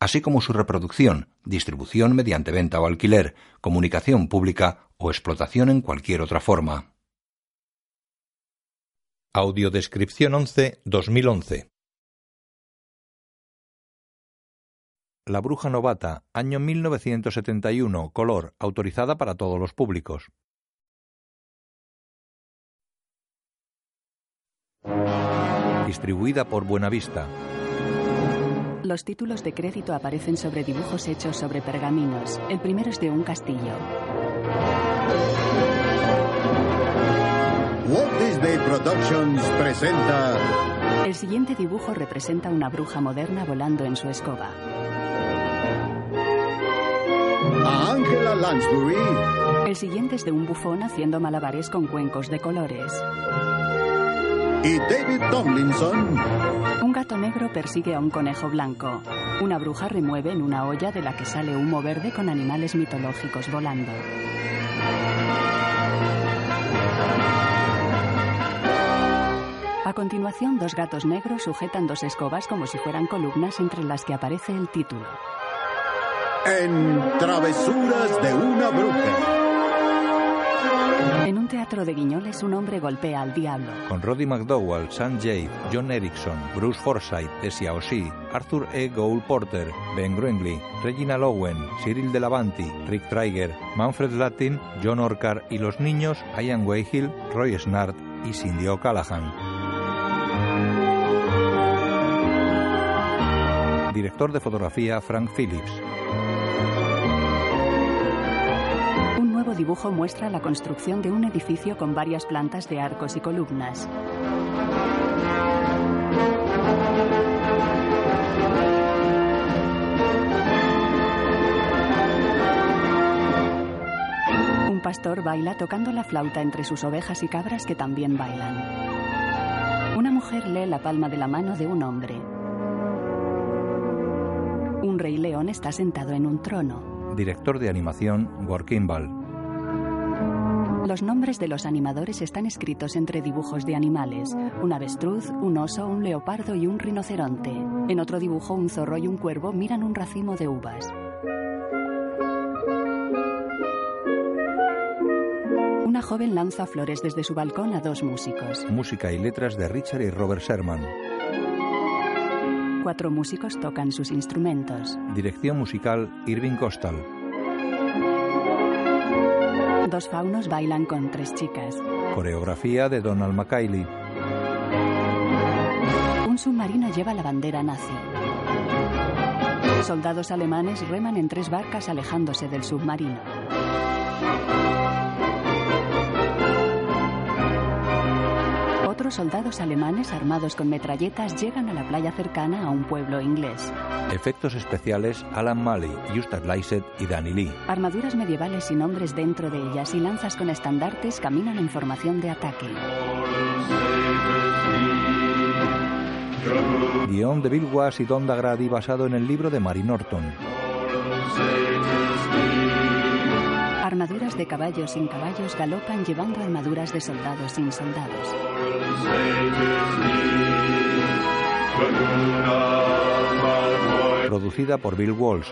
así como su reproducción, distribución mediante venta o alquiler, comunicación pública o explotación en cualquier otra forma. Audiodescripción 11 2011 La Bruja Novata, año 1971, color, autorizada para todos los públicos. Distribuida por Buenavista. Los títulos de crédito aparecen sobre dibujos hechos sobre pergaminos. El primero es de un castillo. Walt Disney Productions presenta El siguiente dibujo representa una bruja moderna volando en su escoba. a Angela Lansbury, El siguiente es de un bufón haciendo malabares con cuencos de colores. y David Tomlinson, Un gato negro persigue a un conejo blanco. Una bruja remueve en una olla de la que sale humo verde con animales mitológicos volando. A continuación, dos gatos negros sujetan dos escobas como si fueran columnas entre las que aparece el título. en Travesuras de una bruja. En un teatro de guiñoles, un hombre golpea al diablo. Con Roddy McDowell, Sam Jade, John Erickson, Bruce Forsyth, Tessia O'Shea, Arthur E. Gould Porter, Ben Greenley, Regina Lowen, Cyril Delavanti, Rick Trigger, Manfred Latin, John Orcar y los niños Ian Wayhill, Roy Snart y Cindy O'Callaghan. Director de fotografía Frank Phillips. Un nuevo dibujo muestra la construcción de un edificio con varias plantas de arcos y columnas. Un pastor baila tocando la flauta entre sus ovejas y cabras que también bailan. Una mujer lee la palma de la mano de un hombre. Un rey león está sentado en un trono. Director de animación Workinball. Los nombres de los animadores están escritos entre dibujos de animales. Un avestruz, un oso, un leopardo y un rinoceronte. En otro dibujo, un zorro y un cuervo miran un racimo de uvas. Una joven lanza flores desde su balcón a dos músicos. Música y letras de Richard y Robert Sherman. Cuatro músicos tocan sus instrumentos. Dirección musical Irving Costal. Dos faunos bailan con tres chicas. Coreografía de Donald McKayley. Un submarino lleva la bandera nazi. Soldados alemanes reman en tres barcas alejándose del submarino. Otros soldados alemanes armados con metralletas llegan a la playa cercana a un pueblo inglés. Efectos especiales Alan Malley, Justin Lysett y Danny Lee. Armaduras medievales sin hombres dentro de ellas y lanzas con estandartes caminan en formación de ataque. Guión de Bill Wass y Don Dagrady basado en el libro de Mary Norton. Armaduras de caballos sin caballos galopan llevando armaduras de soldados sin soldados. Producida por Bill Walsh.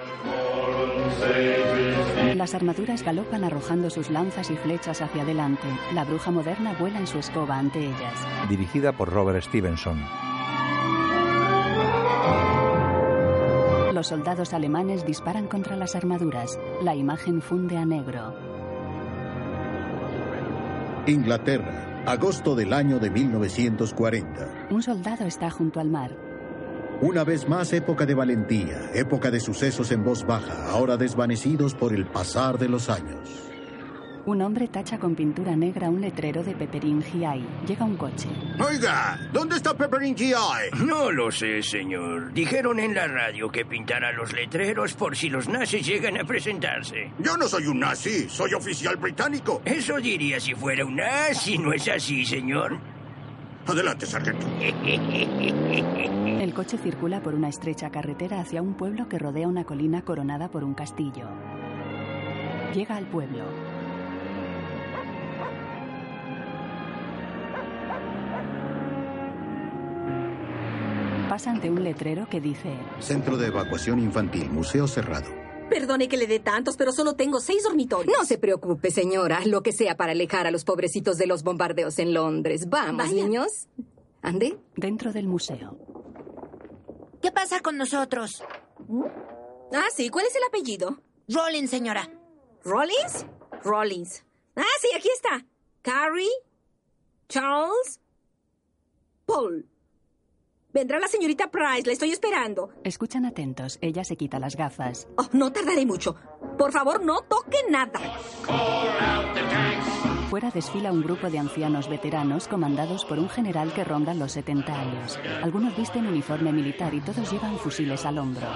Las armaduras galopan arrojando sus lanzas y flechas hacia adelante. La bruja moderna vuela en su escoba ante ellas. Dirigida por Robert Stevenson. Los soldados alemanes disparan contra las armaduras. La imagen funde a negro. Inglaterra, agosto del año de 1940. Un soldado está junto al mar. Una vez más época de valentía, época de sucesos en voz baja, ahora desvanecidos por el pasar de los años. Un hombre tacha con pintura negra un letrero de Pepperin GI. Llega un coche. Oiga, ¿dónde está Pepperin GI? No lo sé, señor. Dijeron en la radio que pintara los letreros por si los nazis llegan a presentarse. Yo no soy un nazi, soy oficial británico. Eso diría si fuera un nazi, ¿no es así, señor? Adelante, sargento. El coche circula por una estrecha carretera hacia un pueblo que rodea una colina coronada por un castillo. Llega al pueblo. Pasa ante un letrero que dice, Centro de Evacuación Infantil, Museo Cerrado. Perdone que le dé tantos, pero solo tengo seis dormitorios. No se preocupe, señora. Lo que sea para alejar a los pobrecitos de los bombardeos en Londres. Vamos, Vaya. niños. Ande. dentro del museo. ¿Qué pasa con nosotros? Ah, sí, ¿cuál es el apellido? Rollins, señora. ¿Rollins? Rollins. Ah, sí, aquí está. Carrie, Charles, Paul. Vendrá la señorita Price, la estoy esperando. Escuchan atentos, ella se quita las gafas. Oh, no tardaré mucho. Por favor, no toque nada. Fuera desfila un grupo de ancianos veteranos comandados por un general que ronda los 70 años. Algunos visten uniforme militar y todos llevan fusiles al hombro.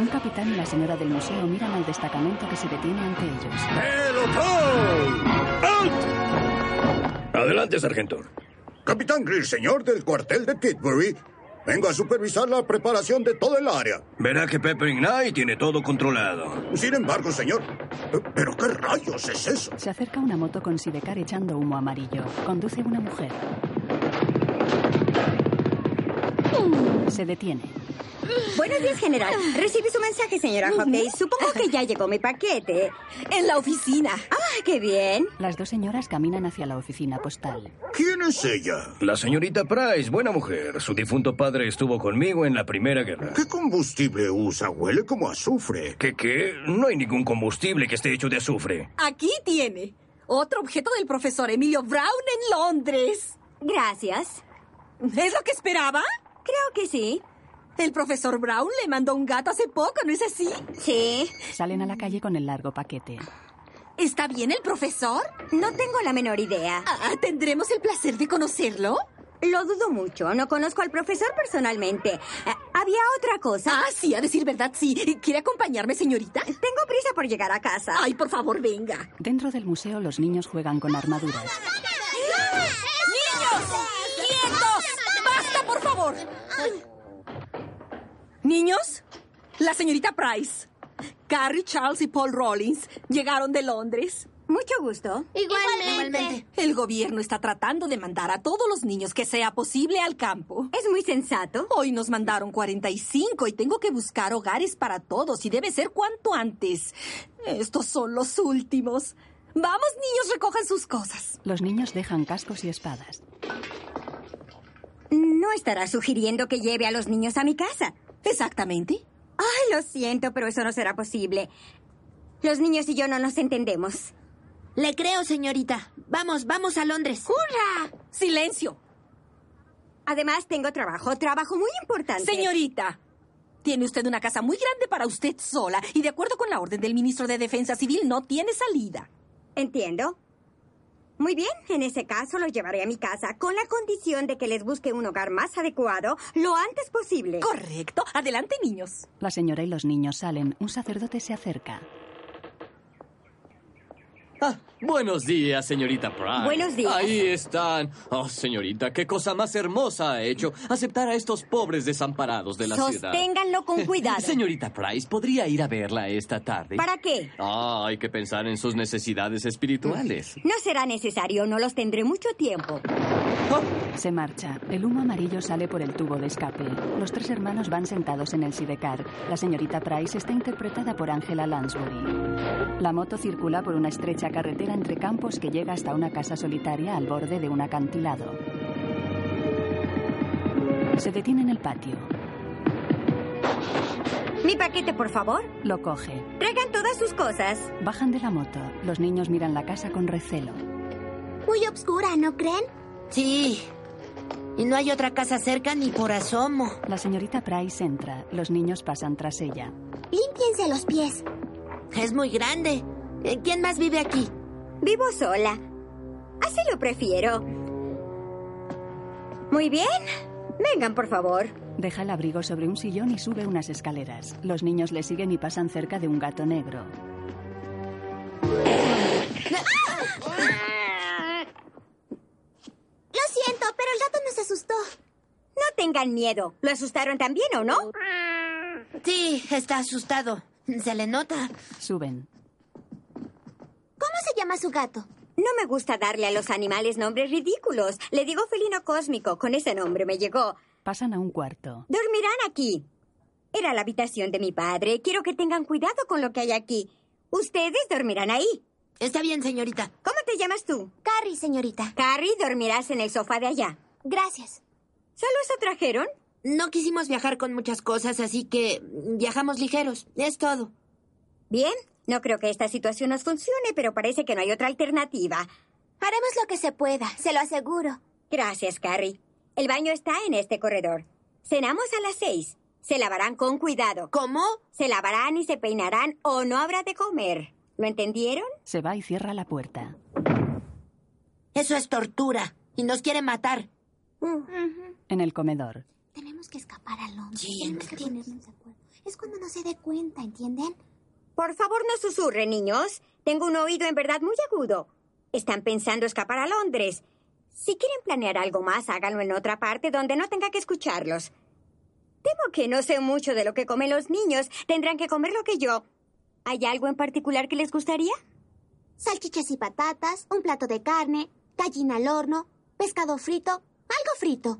Un capitán y la señora del museo miran al destacamento que se detiene ante ellos. Oh. Adelante, sargento. Capitán Greer, señor del cuartel de Kidbury, vengo a supervisar la preparación de todo el área. Verá que Pepperin Night tiene todo controlado. Sin embargo, señor, eh, ¿pero qué rayos es eso? Se acerca una moto con sidecar echando humo amarillo. Conduce una mujer. Se detiene. Buenos días, general. Recibí su mensaje, señora Hockey. Supongo que ya llegó mi paquete. En la oficina. Ah, qué bien. Las dos señoras caminan hacia la oficina postal. ¿Quién es ella? La señorita Price, buena mujer. Su difunto padre estuvo conmigo en la Primera Guerra. ¿Qué combustible usa? Huele como azufre. ¿Qué qué? No hay ningún combustible que esté hecho de azufre. Aquí tiene. Otro objeto del profesor Emilio Brown en Londres. Gracias. ¿Es lo que esperaba? Creo que sí. El profesor Brown le mandó un gato hace poco, ¿no es así? Sí. Salen a la calle con el largo paquete. ¿Está bien el profesor? No tengo la menor idea. Ah, ¿Tendremos el placer de conocerlo? Lo dudo mucho. No conozco al profesor personalmente. Ah, Había otra cosa. Ah, sí, a decir verdad, sí. ¿Quiere acompañarme, señorita? Tengo prisa por llegar a casa. Ay, por favor, venga. Dentro del museo los niños juegan con armaduras. ¡Niños! ¡Quietos! ¡Basta, por favor! Niños, la señorita Price, Carrie, Charles y Paul Rollins llegaron de Londres. Mucho gusto. Igualmente. El gobierno está tratando de mandar a todos los niños que sea posible al campo. Es muy sensato. Hoy nos mandaron 45 y tengo que buscar hogares para todos y debe ser cuanto antes. Estos son los últimos. Vamos, niños, recojan sus cosas. Los niños dejan cascos y espadas. No estará sugiriendo que lleve a los niños a mi casa. Exactamente. Ay, lo siento, pero eso no será posible. Los niños y yo no nos entendemos. Le creo, señorita. Vamos, vamos a Londres. ¡Hurra! Silencio. Además, tengo trabajo, trabajo muy importante. Señorita, tiene usted una casa muy grande para usted sola y de acuerdo con la orden del ministro de Defensa Civil no tiene salida. Entiendo. Muy bien, en ese caso los llevaré a mi casa con la condición de que les busque un hogar más adecuado lo antes posible. Correcto. Adelante, niños. La señora y los niños salen. Un sacerdote se acerca. Ah, buenos días, señorita Price. Buenos días. Ahí están. Oh, señorita, qué cosa más hermosa ha hecho aceptar a estos pobres desamparados de la ciudad. Sosténganlo con cuidado. Señorita Price, podría ir a verla esta tarde. ¿Para qué? Ah, hay que pensar en sus necesidades espirituales. No será necesario, no los tendré mucho tiempo. Se marcha. El humo amarillo sale por el tubo de escape. Los tres hermanos van sentados en el sidecar. La señorita Price está interpretada por Angela Lansbury. La moto circula por una estrecha carretera entre campos que llega hasta una casa solitaria al borde de un acantilado. Se detiene en el patio. Mi paquete, por favor. Lo coge. Traigan todas sus cosas. Bajan de la moto. Los niños miran la casa con recelo. Muy obscura, ¿no creen? Sí. Y no hay otra casa cerca ni por asomo. La señorita Price entra. Los niños pasan tras ella. Límpiense los pies. Es muy grande. Eh, ¿Quién más vive aquí? Vivo sola. Así lo prefiero. Muy bien. Vengan, por favor. Deja el abrigo sobre un sillón y sube unas escaleras. Los niños le siguen y pasan cerca de un gato negro. Lo siento, pero el gato nos asustó. No tengan miedo. ¿Lo asustaron también o no? Sí, está asustado. Se le nota. Suben. ¿Cómo se llama su gato? No me gusta darle a los animales nombres ridículos. Le digo felino cósmico. Con ese nombre me llegó. Pasan a un cuarto. Dormirán aquí. Era la habitación de mi padre. Quiero que tengan cuidado con lo que hay aquí. Ustedes dormirán ahí. Está bien, señorita. ¿Cómo te llamas tú? Carrie, señorita. Carrie, dormirás en el sofá de allá. Gracias. ¿Solo eso trajeron? No quisimos viajar con muchas cosas, así que viajamos ligeros. Es todo. Bien, no creo que esta situación nos funcione, pero parece que no hay otra alternativa. Haremos lo que se pueda, se lo aseguro. Gracias, Carrie. El baño está en este corredor. Cenamos a las seis. Se lavarán con cuidado. ¿Cómo? Se lavarán y se peinarán o no habrá de comer. ¿Lo entendieron? Se va y cierra la puerta. Eso es tortura. Y nos quiere matar. En el comedor. Tenemos que escapar a Londres. Tenemos que ponernos de acuerdo. Es cuando no se dé cuenta, ¿entienden? Por favor, no susurren, niños. Tengo un oído en verdad muy agudo. Están pensando escapar a Londres. Si quieren planear algo más, háganlo en otra parte donde no tenga que escucharlos. Temo que no sé mucho de lo que comen los niños. Tendrán que comer lo que yo. ¿Hay algo en particular que les gustaría? Salchichas y patatas, un plato de carne, gallina al horno, pescado frito, algo frito.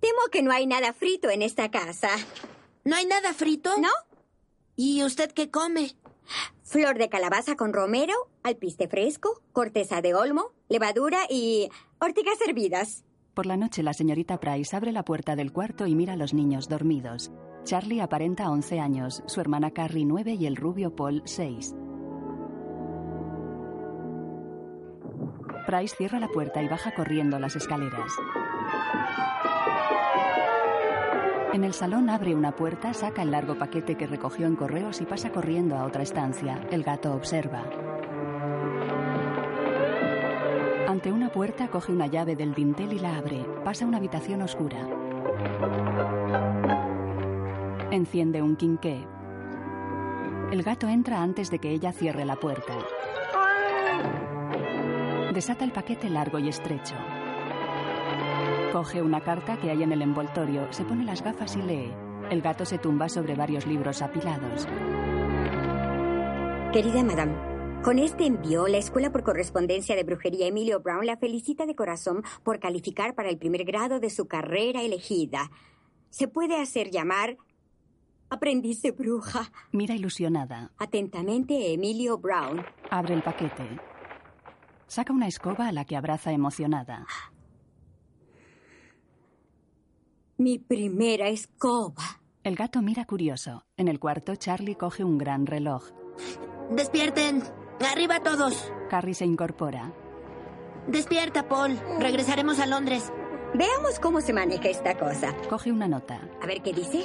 Temo que no hay nada frito en esta casa. ¿No hay nada frito? ¿No? ¿Y usted qué come? Flor de calabaza con romero, alpiste fresco, corteza de olmo, levadura y ortigas hervidas. Por la noche, la señorita Price abre la puerta del cuarto y mira a los niños dormidos. Charlie aparenta 11 años, su hermana Carrie 9 y el rubio Paul 6. Price cierra la puerta y baja corriendo las escaleras. En el salón abre una puerta, saca el largo paquete que recogió en correos y pasa corriendo a otra estancia. El gato observa. Ante una puerta coge una llave del dintel y la abre. Pasa a una habitación oscura. Enciende un quinqué. El gato entra antes de que ella cierre la puerta. Desata el paquete largo y estrecho. Coge una carta que hay en el envoltorio, se pone las gafas y lee. El gato se tumba sobre varios libros apilados. Querida madame, con este envío, la Escuela por Correspondencia de Brujería Emilio Brown la felicita de corazón por calificar para el primer grado de su carrera elegida. Se puede hacer llamar Aprendiz de bruja. Mira ilusionada. Atentamente, Emilio Brown. Abre el paquete. Saca una escoba a la que abraza emocionada. Mi primera escoba. El gato mira curioso. En el cuarto, Charlie coge un gran reloj. ¡Despierten! ¡Arriba todos! Carrie se incorpora. Despierta, Paul. Regresaremos a Londres. Veamos cómo se maneja esta cosa. Coge una nota. A ver qué dice.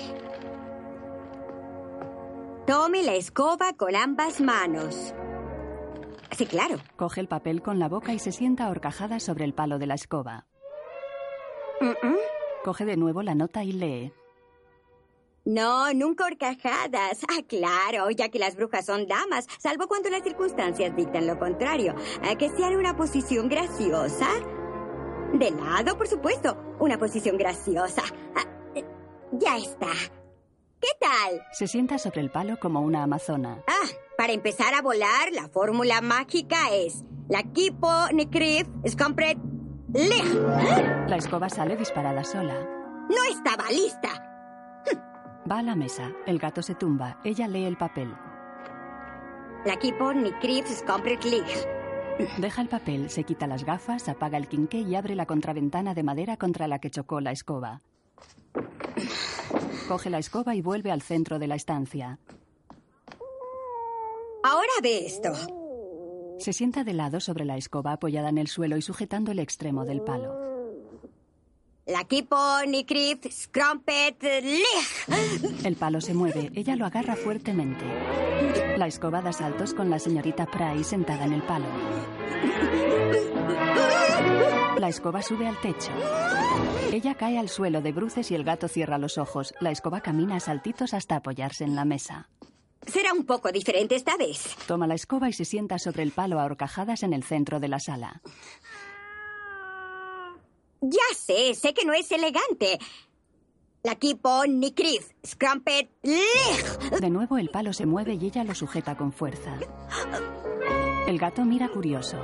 Tome la escoba con ambas manos. Sí, claro. Coge el papel con la boca y se sienta horcajada sobre el palo de la escoba. Mm -mm. Coge de nuevo la nota y lee. No, nunca horcajadas. Ah, claro, ya que las brujas son damas, salvo cuando las circunstancias dictan lo contrario. A que sea en una posición graciosa. De lado, por supuesto. Una posición graciosa. Ah, ya está. ¿Qué tal? Se sienta sobre el palo como una amazona. Ah, para empezar a volar, la fórmula mágica es la Kipo Necrif Scompret ¡Leja! La escoba sale disparada sola. ¡No estaba lista! Va a la mesa. El gato se tumba. Ella lee el papel. La Keyboard ni Crips Completely. Deja el papel, se quita las gafas, apaga el quinqué y abre la contraventana de madera contra la que chocó la escoba. Coge la escoba y vuelve al centro de la estancia. Ahora ve esto. Se sienta de lado sobre la escoba apoyada en el suelo y sujetando el extremo del palo. La Keyboard ni Crips Completely. El palo se mueve, ella lo agarra fuertemente. La escoba da saltos con la señorita Price sentada en el palo. La escoba sube al techo. Ella cae al suelo de bruces y el gato cierra los ojos. La escoba camina a saltitos hasta apoyarse en la mesa. Será un poco diferente esta vez. Toma la escoba y se sienta sobre el palo a horcajadas en el centro de la sala. Ya sé, sé que no es elegante. La Keyboard ni Crips Scrumpet De nuevo el palo se mueve y ella lo sujeta con fuerza. El gato mira curioso.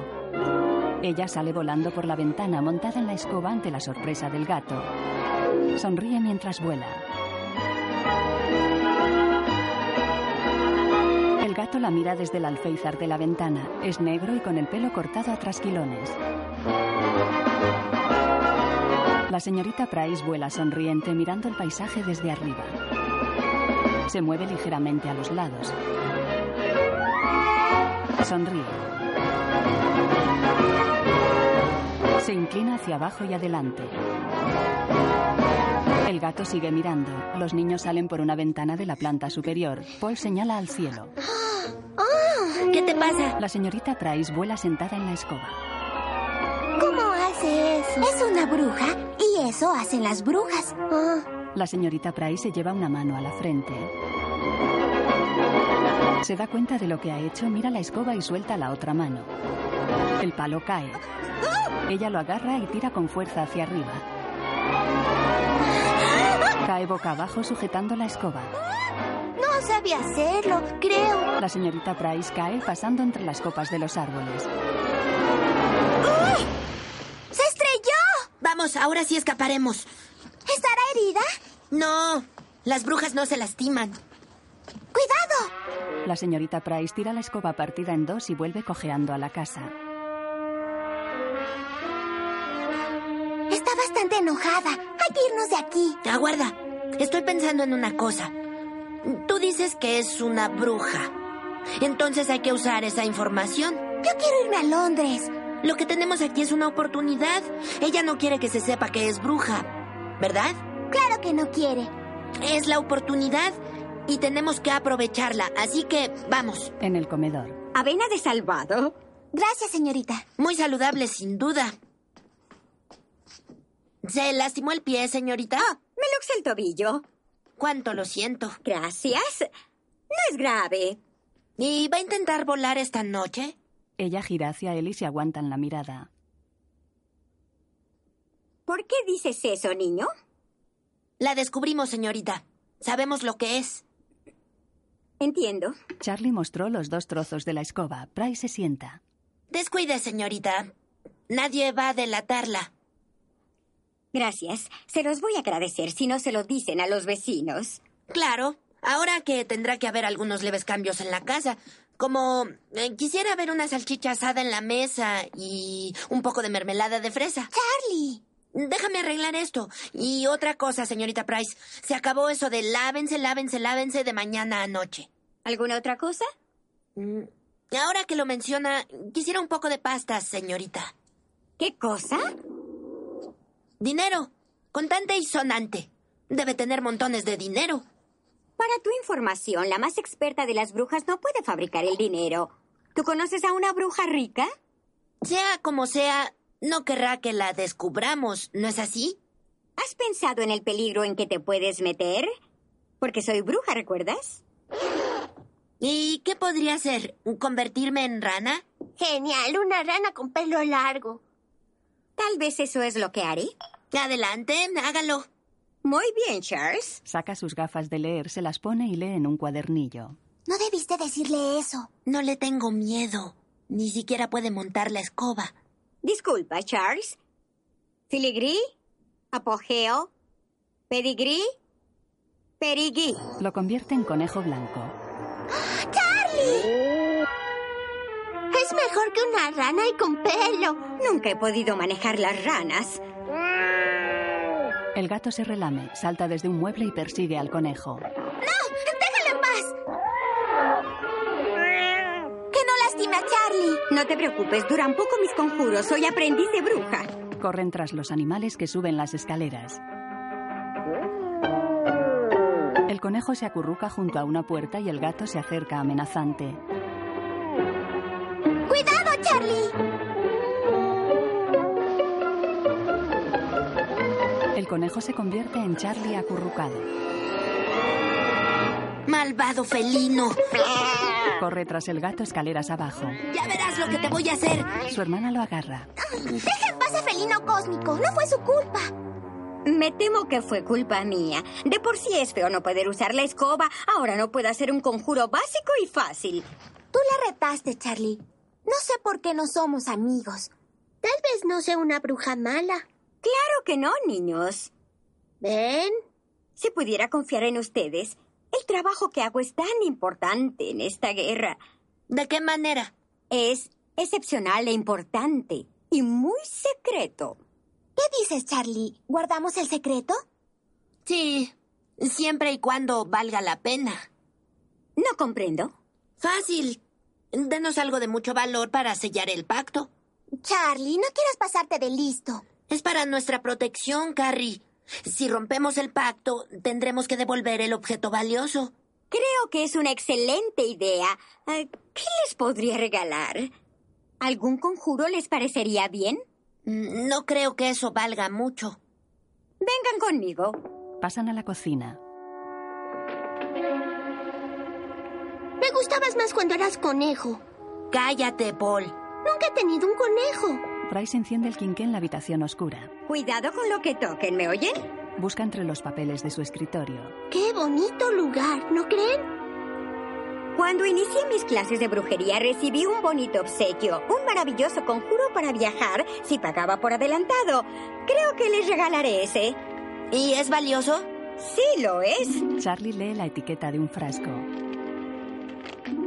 Ella sale volando por la ventana montada en la escoba ante la sorpresa del gato. Sonríe mientras vuela. El gato la mira desde el alféizar de la ventana. Es negro y con el pelo cortado a trasquilones. La señorita Price vuela sonriente mirando el paisaje desde arriba. Se mueve ligeramente a los lados. Sonríe. Se inclina hacia abajo y adelante. El gato sigue mirando. Los niños salen por una ventana de la planta superior. Paul señala al cielo. ¡Ah! ¿Qué te pasa? La señorita Price vuela sentada en la escoba. ¿Cómo hace eso? Es una bruja y eso hacen las brujas. Ah, La señorita Price se lleva una mano a la frente. Se da cuenta de lo que ha hecho, mira la escoba y suelta la otra mano. El palo cae. Ella lo agarra y tira con fuerza hacia arriba. Cae boca abajo sujetando la escoba. no sabe hacerlo, creo. La señorita Price cae pasando entre las copas de los árboles. ¡Se estrelló! Vamos, ahora sí escaparemos. ¿Estará herida? No, las brujas no se lastiman. ¡Cuidado! La señorita Price tira la escoba partida en dos y vuelve cojeando a la casa. Está bastante enojada. Hay que irnos de aquí. Aguarda, estoy pensando en una cosa. Tú dices que es una bruja. Entonces hay que usar esa información. Yo quiero irme a Londres. Lo que tenemos aquí es una oportunidad. Ella no quiere que se sepa que es bruja, ¿verdad? Claro que no quiere. Es la oportunidad y tenemos que aprovecharla. Así que vamos. En el comedor. ¿Avena de salvado? Gracias, señorita. Muy saludable, sin duda. ¿Se lastimó el pie, señorita? Ah, me luxa el tobillo. ¿Cuánto lo siento? Gracias. No es grave. ¿Y va a intentar volar esta noche? Ella gira hacia él y se aguantan la mirada. ¿Por qué dices eso, niño? La descubrimos, señorita. Sabemos lo que es. Entiendo. Charlie mostró los dos trozos de la escoba. Price se sienta. Descuide, señorita. Nadie va a delatarla. Gracias. Se los voy a agradecer si no se lo dicen a los vecinos. Claro, ahora que tendrá que haber algunos leves cambios en la casa, como eh, quisiera ver una salchicha asada en la mesa y un poco de mermelada de fresa. Charlie. Déjame arreglar esto. Y otra cosa, señorita Price, se acabó eso de lávense, lávense, lávense de mañana a noche. ¿Alguna otra cosa? Mm, Ahora que lo menciona, quisiera un poco de pastas, señorita. ¿Qué cosa? Dinero. Contante y sonante. Debe tener montones de dinero. Para tu información, la más experta de las brujas no puede fabricar el dinero. ¿Tú conoces a una bruja rica? Sea como sea, no querrá que la descubramos, ¿no es así? ¿Has pensado en el peligro en que te puedes meter? Porque soy bruja, ¿recuerdas? ¿Y qué podría hacer? ¿Convertirme en rana? Genial, una rana con pelo largo. Tal vez eso es lo que haré. Adelante, hágalo. Muy bien, Charles. Saca sus gafas de leer, se las pone y lee en un cuadernillo. No debiste decirle eso. No le tengo miedo. Ni siquiera puede montar la escoba. Disculpa, Charles. Filigrí, apogeo, pedigrí, periguí. Lo convierte en conejo blanco. ¡Charlie! Es mejor que una rana y con pelo. Nunca he podido manejar las ranas. El gato se relame, salta desde un mueble y persigue al conejo. ¡Déjalo en paz! ¡Que no lastime a Charlie! No te preocupes, duran poco mis conjuros. Soy aprendiz de bruja. Corren tras los animales que suben las escaleras. El conejo se acurruca junto a una puerta y el gato se acerca amenazante. ¡Cuidado, Charlie! El conejo se convierte en Charlie acurrucado. ¡Malvado felino! Corre tras el gato escaleras abajo. ¡Ya verás lo que te voy a hacer! Su hermana lo agarra. Deja en paz a Felino Cósmico. No fue su culpa. Me temo que fue culpa mía. De por sí es feo no poder usar la escoba. Ahora no puedo hacer un conjuro básico y fácil. Tú la retaste, Charlie. No sé por qué no somos amigos. Tal vez no sea una bruja mala. Claro que no, niños. ¿Ven? Si pudiera confiar en ustedes, el trabajo que hago es tan importante en esta guerra. ¿De qué manera? Es excepcional e importante y muy secreto. ¿Qué dices, Charlie? ¿Guardamos el secreto? Sí, siempre y cuando valga la pena. No comprendo. Fácil. Denos algo de mucho valor para sellar el pacto. Charlie, no quieras pasarte de listo. Es para nuestra protección, Carrie. Si rompemos el pacto, tendremos que devolver el objeto valioso. Creo que es una excelente idea. Eh, ¿Qué les podría regalar? ¿Algún conjuro les parecería bien? Mm, No creo que eso valga mucho. Vengan conmigo. Pasan a la cocina. Me gustabas más cuando eras conejo. Cállate, Paul. Nunca he tenido un conejo. Bryce enciende el quinqué en la habitación oscura. Cuidado con lo que toquen, ¿me oyen? Busca entre los papeles de su escritorio. ¡Qué bonito lugar! ¿No creen? Cuando inicié mis clases de brujería recibí un bonito obsequio, un maravilloso conjuro para viajar si pagaba por adelantado. Creo que les regalaré ese. ¿Y es valioso? Sí, lo es. Charlie lee la etiqueta de un frasco.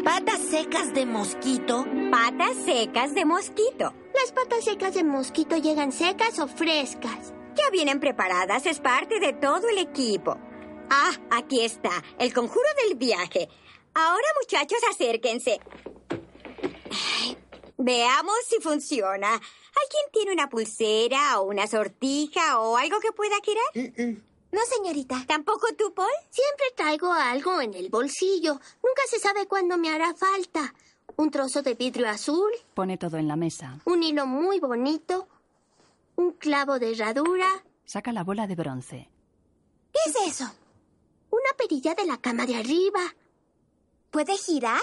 ¿Patas secas de mosquito? Patas secas de mosquito. Las patas secas de mosquito llegan secas o frescas. Ya vienen preparadas, es parte de todo el equipo. Ah, aquí está, el conjuro del viaje. Ahora muchachos, acérquense. Veamos si funciona. ¿Alguien tiene una pulsera o una sortija o algo que pueda girar? Mm -mm. No, señorita. ¿Tampoco tú, Paul? Siempre traigo algo en el bolsillo. Nunca se sabe cuándo me hará falta. Un trozo de vidrio azul. Pone todo en la mesa. Un hilo muy bonito. Un clavo de herradura. Saca la bola de bronce. ¿Qué es eso? Una perilla de la cama de arriba. ¿Puede girar?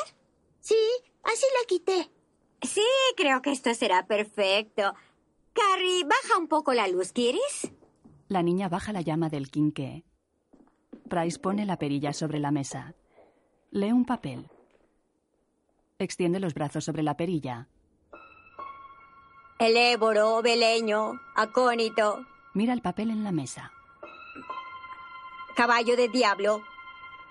Sí, así la quité. Sí, creo que esto será perfecto. Carrie, baja un poco la luz, ¿quieres? La niña baja la llama del quinqué. Price pone la perilla sobre la mesa. Lee un papel. Extiende los brazos sobre la perilla. El éboro, beleño, acónito. Mira el papel en la mesa. Caballo de diablo,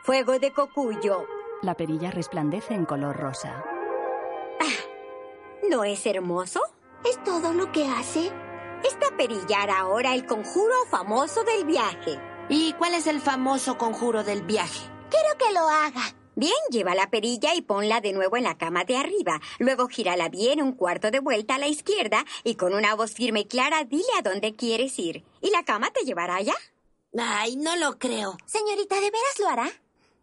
fuego de cocuyo. La perilla resplandece en color rosa. Ah, ¿No es hermoso? ¿Es todo lo que hace? Esta perilla hará ahora el conjuro famoso del viaje. ¿Y cuál es el famoso conjuro del viaje? Quiero que lo haga. Bien, lleva la perilla y ponla de nuevo en la cama de arriba. Luego gírala bien un cuarto de vuelta a la izquierda y con una voz firme y clara dile a dónde quieres ir. ¿Y la cama te llevará allá? Ay, no lo creo. Señorita, ¿de veras lo hará?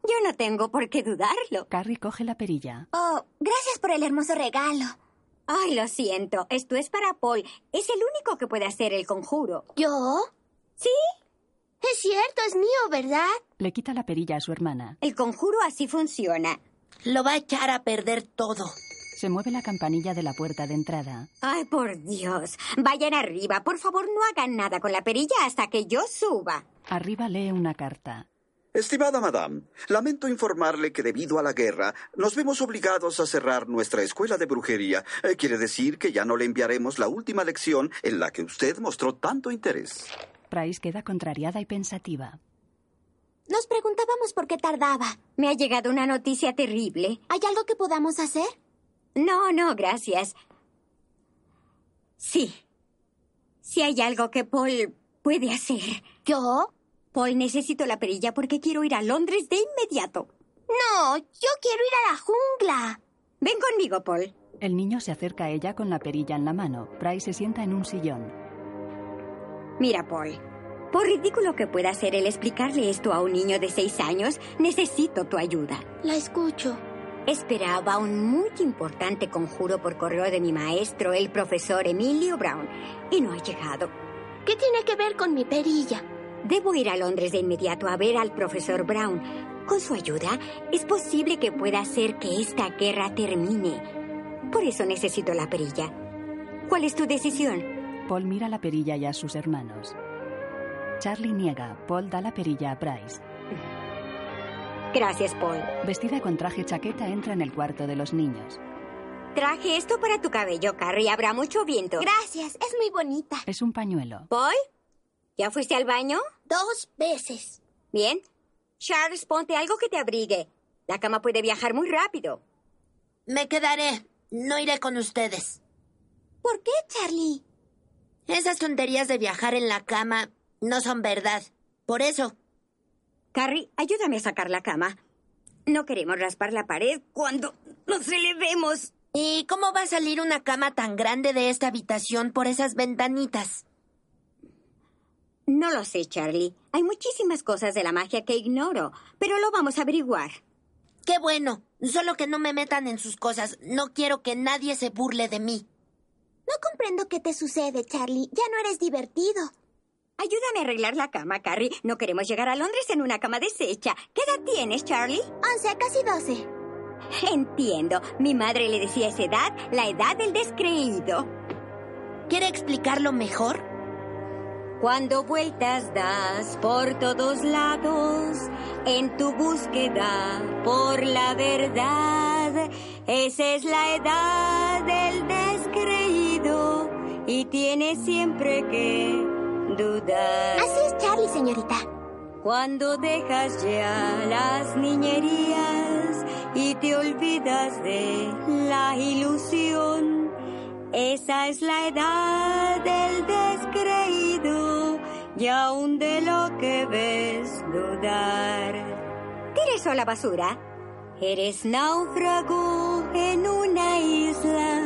Yo no tengo por qué dudarlo. Carrie coge la perilla. Oh, gracias por el hermoso regalo. Ay, lo siento. Esto es para Paul. Es el único que puede hacer el conjuro. ¿Yo? ¿Sí? Es cierto, es mío, ¿verdad? Le quita la perilla a su hermana. El conjuro así funciona. Lo va a echar a perder todo. Se mueve la campanilla de la puerta de entrada. Ay, por Dios. Vayan arriba. Por favor, no hagan nada con la perilla hasta que yo suba. Arriba lee una carta. Estimada Madame, lamento informarle que debido a la guerra nos vemos obligados a cerrar nuestra escuela de brujería. Eh, quiere decir que ya no le enviaremos la última lección en la que usted mostró tanto interés. Price queda contrariada y pensativa. Nos preguntábamos por qué tardaba. Me ha llegado una noticia terrible. ¿Hay algo que podamos hacer? No, no, gracias. Sí. Si hay algo que Paul puede hacer. ¿Yo? Paul, necesito la perilla porque quiero ir a Londres de inmediato. No, yo quiero ir a la jungla. Ven conmigo, Paul. El niño se acerca a ella con la perilla en la mano. Price se sienta en un sillón. Mira, Paul. Por ridículo que pueda ser el explicarle esto a un niño de seis años, necesito tu ayuda. La escucho. Esperaba un muy importante conjuro por correo de mi maestro, el profesor Emilio Brown, y no ha llegado. ¿Qué tiene que ver con mi perilla? Debo ir a Londres de inmediato a ver al profesor Brown. Con su ayuda, es posible que pueda hacer que esta guerra termine. Por eso necesito la perilla. ¿Cuál es tu decisión? Paul mira la perilla y a sus hermanos. Charlie niega. Paul da la perilla a Price. Gracias, Paul. Vestida con traje y chaqueta, entra en el cuarto de los niños. Traje esto para tu cabello, Carrie. Habrá mucho viento. Gracias, es muy bonita. Es un pañuelo. ¿Paul? ¿Ya fuiste al baño? Dos veces. Bien. Charles, ponte algo que te abrigue. La cama puede viajar muy rápido. Me quedaré. No iré con ustedes. ¿Por qué, Charlie? Esas tonterías de viajar en la cama no son verdad. Por eso. Carrie, ayúdame a sacar la cama. No queremos raspar la pared cuando nos elevemos. ¿Y cómo va a salir una cama tan grande de esta habitación por esas ventanitas? No lo sé, Charlie. Hay muchísimas cosas de la magia que ignoro, pero lo vamos a averiguar. Qué bueno. Solo que no me metan en sus cosas. No quiero que nadie se burle de mí. No comprendo qué te sucede, Charlie. Ya no eres divertido. Ayúdame a arreglar la cama, Carrie. No queremos llegar a Londres en una cama deshecha. ¿Qué edad tienes, Charlie? Once, casi doce. Entiendo. Mi madre le decía a esa edad la edad del descreído. ¿Quiere explicarlo mejor? Cuando vueltas das por todos lados, en tu búsqueda por la verdad, esa es la edad del descreído y tienes siempre que dudar. Así es, Charlie, señorita. Cuando dejas ya las niñerías y te olvidas de la ilusión, esa es la edad del descreído y aún de lo que ves dudar. Tires a la basura. Eres náufrago en una isla,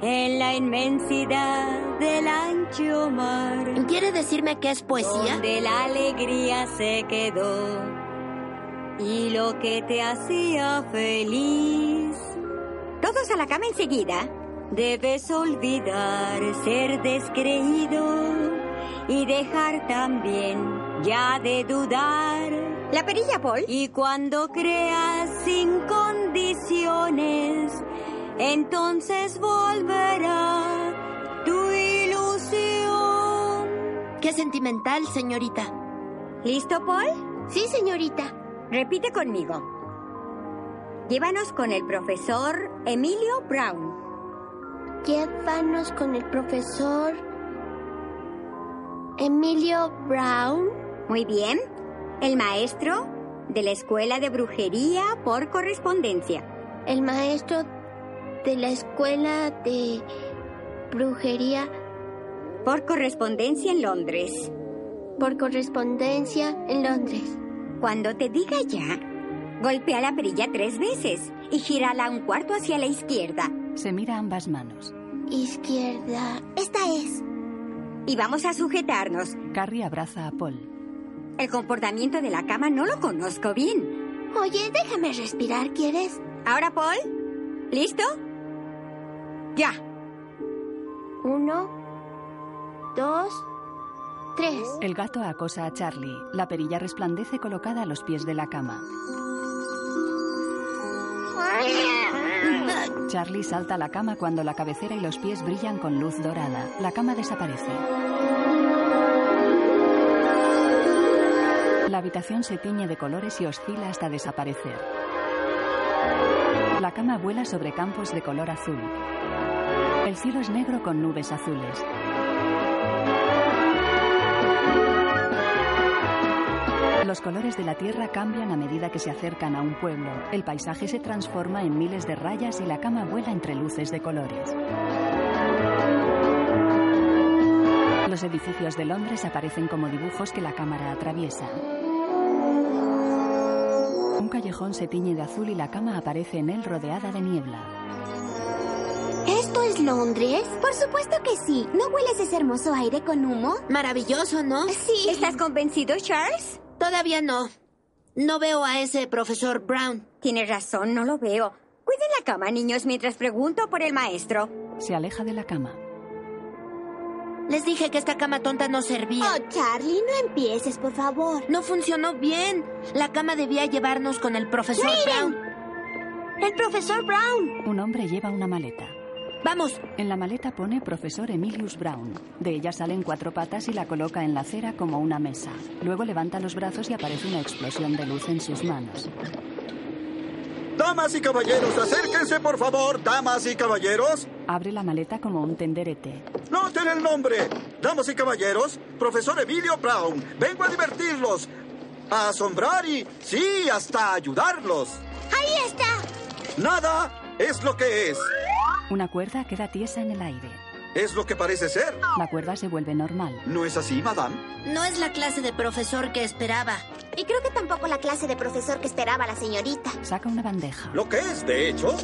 en la inmensidad del ancho mar. ¿Quiere decirme que es poesía? Donde la alegría se quedó y lo que te hacía feliz. Todos a la cama enseguida. Debes olvidar ser descreído y dejar también ya de dudar. La perilla, Paul. Y cuando creas sin condiciones, entonces volverá tu ilusión. Qué sentimental, señorita. ¿Listo, Paul? Sí, señorita. Repite conmigo. Llévanos con el profesor Emilio Brown. Llévanos con el profesor Emilio Brown. Muy bien el maestro de la escuela de brujería por correspondencia. El maestro de la escuela de brujería por correspondencia en Londres. Por correspondencia en Londres. Cuando te diga ya, golpea la perilla tres veces y gírala un cuarto hacia la izquierda. Se mira ambas manos. Izquierda. Esta es. Y vamos a sujetarnos. Carrie abraza a Paul. El comportamiento de la cama no lo conozco bien. Oye, déjame respirar, ¿quieres? Ahora, Paul. ¿Listo? Ya. Uno, dos, tres. El gato acosa a Charlie. La perilla resplandece colocada a los pies de la cama. Charlie salta a la cama cuando la cabecera y los pies brillan con luz dorada. La cama desaparece. La habitación se tiñe de colores y oscila hasta desaparecer. La cama vuela sobre campos de color azul. El cielo es negro con nubes azules. Los colores de la tierra cambian a medida que se acercan a un pueblo. El paisaje se transforma en miles de rayas y la cama vuela entre luces de colores. Los edificios de Londres aparecen como dibujos que la cámara atraviesa. Un callejón se tiñe de azul y la cama aparece en él rodeada de niebla. ¿Esto es Londres? Por supuesto que sí. ¿No hueles ese hermoso aire con humo? Maravilloso, ¿no? Sí. ¿Estás convencido, Charles? Todavía no. No veo a ese profesor Brown. Tienes razón, no lo veo. Cuiden la cama, niños, mientras pregunto por el maestro. Se aleja de la cama. Les dije que esta cama tonta no servía. Oh, Charlie, no empieces, por favor. No funcionó bien. La cama debía llevarnos con el profesor ¡Miren! Brown. El profesor Brown. Un hombre lleva una maleta. ¡Vamos! En la maleta pone profesor Emilius Brown. De ella salen cuatro patas y la coloca en la acera como una mesa. Luego levanta los brazos y aparece una explosión de luz en sus manos. Damas y caballeros, acérquense por favor, damas y caballeros. Abre la maleta como un tenderete. Noten el nombre. Damas y caballeros, profesor Emilio Brown. Vengo a divertirlos, a asombrar y, sí, hasta ayudarlos. Ahí está. Nada es lo que es. Una cuerda queda tiesa en el aire. Es lo que parece ser. La cuerda se vuelve normal. ¿No es así, madame? No es la clase de profesor que esperaba. Y creo que tampoco la clase de profesor que esperaba la señorita. Saca una bandeja. Lo que es, de hecho,